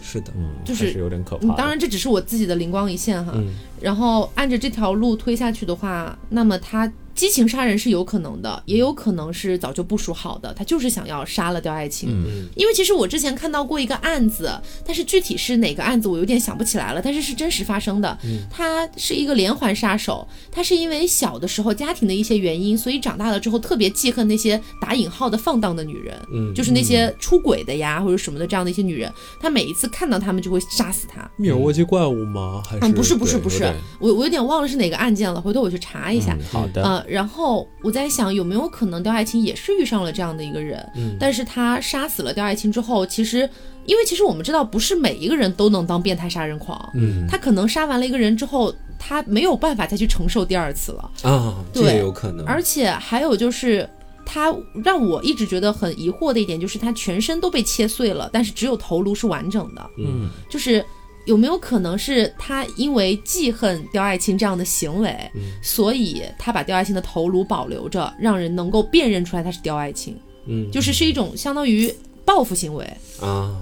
B: 是的，
C: 嗯，
A: 就是
C: 还是有点可
A: 嗯
C: 怕。，
A: 当，然这只是我自己的灵光一现哈。
B: 嗯
A: 然后按着这条路推下去的话，那么他激情杀人是有可能的，也有可能是早就部署好的，他就是想要杀了刁爱青。
C: 嗯
A: 因为其实我之前看到过一个案子，但是具体是哪个案子我有点想不起来了，但是是真实发生的。他是一个连环杀手，他是因为小的时候家庭的一些原因，所以长大了之后特别记恨那些打引号的放荡的女人，
B: 嗯，
A: 就是那些出轨的呀或者什么的这样的一些女人，他每一次看到她们就会杀死她。
C: 密尔沃基怪物吗？还是
A: 嗯，不是不是
C: 对
A: 不
C: 有
A: 是
C: 点，
A: 我我有点忘了是哪个案件了，回头我去查一下。
C: 嗯好的，
A: 呃，然后我在想，有没有可能刁爱青也是遇上了这样的一个人？
B: 嗯
A: 但是他杀死了刁爱青之后，其实，因为其实我们知道，不是每一个人都能当变态杀人狂。
B: 嗯
A: 他可能杀完了一个人之后，他没有办法再去承受第二次了。
B: 啊，这
A: 对
B: 也有可能。
A: 而且还有就是，他让我一直觉得很疑惑的一点就是，他全身都被切碎了，但是只有头颅是完整的。
C: 嗯，
A: 就是有没有可能是他因为记恨刁爱青这样的行为，所以他把刁爱青的头颅保留着，让人能够辨认出来他是刁爱青，
B: 嗯
A: 就是是一种相当于报复行为。
B: 啊，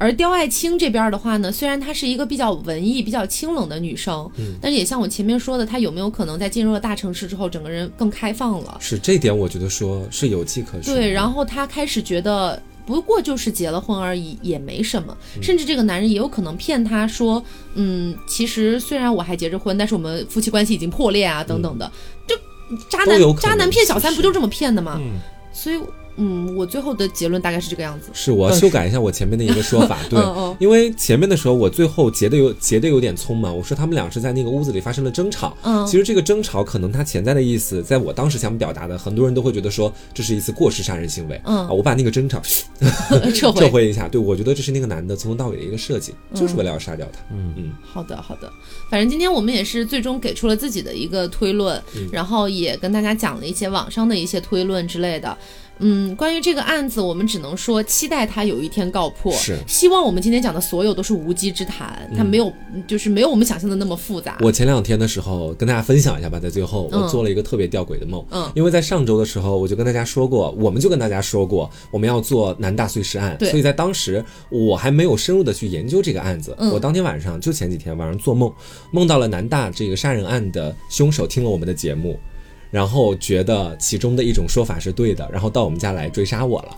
A: 而刁爱青这边的话呢，虽然她是一个比较文艺、比较清冷的女生，但是也像我前面说的，她有没有可能在进入了大城市之后，整个人更开放了？
B: 是这点，我觉得说是有迹可循的。
A: 对，然后她开始觉得，不过就是结了婚而已，也没什么。
B: 嗯
A: 甚至这个男人也有可能骗她说，嗯，其实虽然我还结着婚，但是我们夫妻关系已经破裂啊，等等的。就渣
B: 嗯都有
A: 男，
B: 可能
A: 渣男骗小三
B: 其实
A: 不就这么骗的吗？
C: 嗯
A: 所以，嗯，我最后的结论大概是这个样子。
B: 是我修改一下我前面的一个说法，对
A: *laughs* 嗯嗯，
B: 因为前面的时候我最后结的有结的有点匆忙，我说他们俩是在那个屋子里发生了争吵。
A: 嗯
B: 其实这个争吵可能它潜在的意思，在我当时想表达的，很多人都会觉得说这是一次过失杀人行为。
A: 嗯
B: 啊，我把那个争吵
A: *laughs* 撤回
B: 撤。回一下，对我觉得这是那个男的从头到尾的一个设计，就是为了要杀掉他。
A: 好的，好的。反正今天我们也是最终给出了自己的一个推论，
B: 嗯
A: 然后也跟大家讲了一些网上的一些推论之类的。嗯，关于这个案子，我们只能说期待它有一天告破。
B: 是嗯
A: 希望我们今天讲的所有都是无稽之谈，它没有，就是没有我们想象的那么复杂。
B: 我前两天的时候跟大家分享一下吧，在最后
A: 嗯
B: 我做了一个特别吊诡的梦，
A: 嗯
B: 因为在上周的时候我就跟大家说过，我们就跟大家说过我们要做南大碎尸案，
A: 对
B: 所以在当时我还没有深入的去研究这个案子，
A: 嗯
B: 我当天晚上就前几天晚上做梦，梦到了南大这个杀人案的凶手听了我们的节目，然后觉得其中的一种说法是对的，然后到我们家来追杀我了，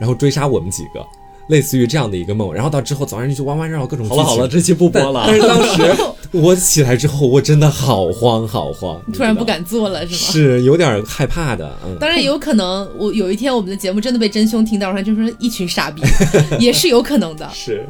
B: 然后追杀我们几个。类似于这样的一个梦。然后到之后早上就弯弯绕绕各种剧
C: 好
B: 情。
C: 了好了，这期不播了
A: *laughs*
B: 但。是当时 *laughs* 我起来之后，我真的好慌好慌，
A: *laughs* 突然不敢做了，是吗？
B: 是有点害怕的。嗯，
A: 当然也有可能，我有一天我们的节目真的被真凶听到，然后就说一群傻逼， *laughs* 也是有可能的。
B: 是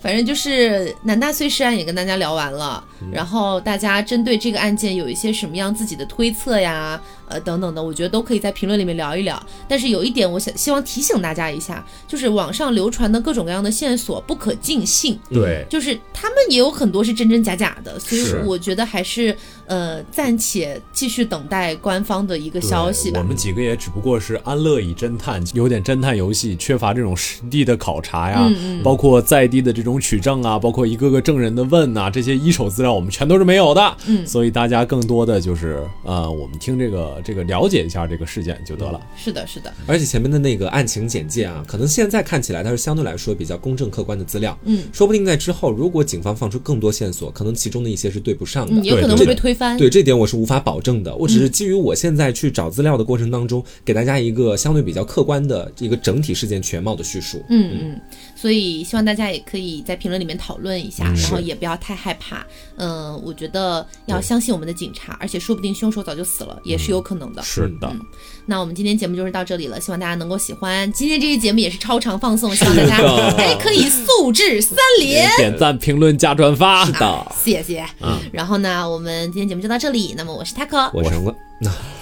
A: 反正就是南大碎尸案也跟大家聊完了，
B: 嗯
A: 然后大家针对这个案件有一些什么样自己的推测呀，呃等等的，我觉得都可以在评论里面聊一聊。但是有一点，我想希望提醒大家一下，就是网上流传的各种各样的线索不可尽信，
C: 对，
B: 嗯
A: 就是他们也有很多是真真假假的，所以
C: 是
A: 我觉得还是呃暂且继续等待官方的一个消息
C: 我
A: 吧。
C: 们几个也只不过是安乐椅侦探，有点侦探游戏，缺乏这种实地的考察呀，
A: 嗯
C: 包括在地的这种取证啊，包括一个个证人的问呐、这些一手资料我们全都是没有的。嗯，所以大家更多的就是呃，我们听这个这个了解一下这个事件就得了。
A: 是的，是的，
B: 而且前面的那个案情简介啊，可能现在看起来它是相对来说比较公正客观的资料，
A: 嗯，
B: 说不定在之后如果警方放出更多线索，可能其中的一些是对不上的。
A: 嗯，有可能
B: 对
A: 会被嗯推翻。
B: 对这点我是无法保证的，我只是基于我现在去找资料的过程当中，给大家一个相对比较客观的一个整体事件全貌的叙述。
A: 嗯嗯，所以希望大家也可以在评论里面讨论一下，
B: 嗯
A: 然后也不要太害怕。嗯、我觉得要相信我们的警察，而且说不定凶手早就死了，也
B: 嗯
A: 是有可能的。
C: 是的，
A: 嗯那我们今天节目就是到这里了，希望大家能够喜欢。今天这期节目也是超长放送，希望大家哎可以素质三连。
C: 点赞、评论、加转发。是
A: 啊，谢谢。然后呢，我们今天节目就到这里。那么我是 Taco，
B: 嗯我是成哥，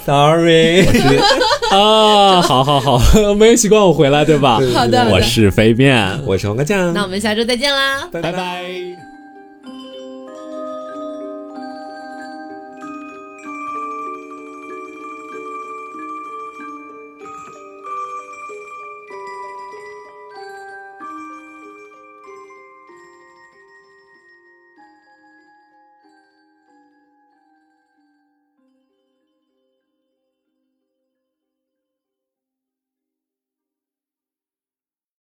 C: ，sorry *laughs* 啊，好好好， *laughs* 没人习惯我回来对吧？
A: 好的好的
C: 我是飞面，
B: 我是王哥酱，
A: 那我们下周再见啦。
C: 拜拜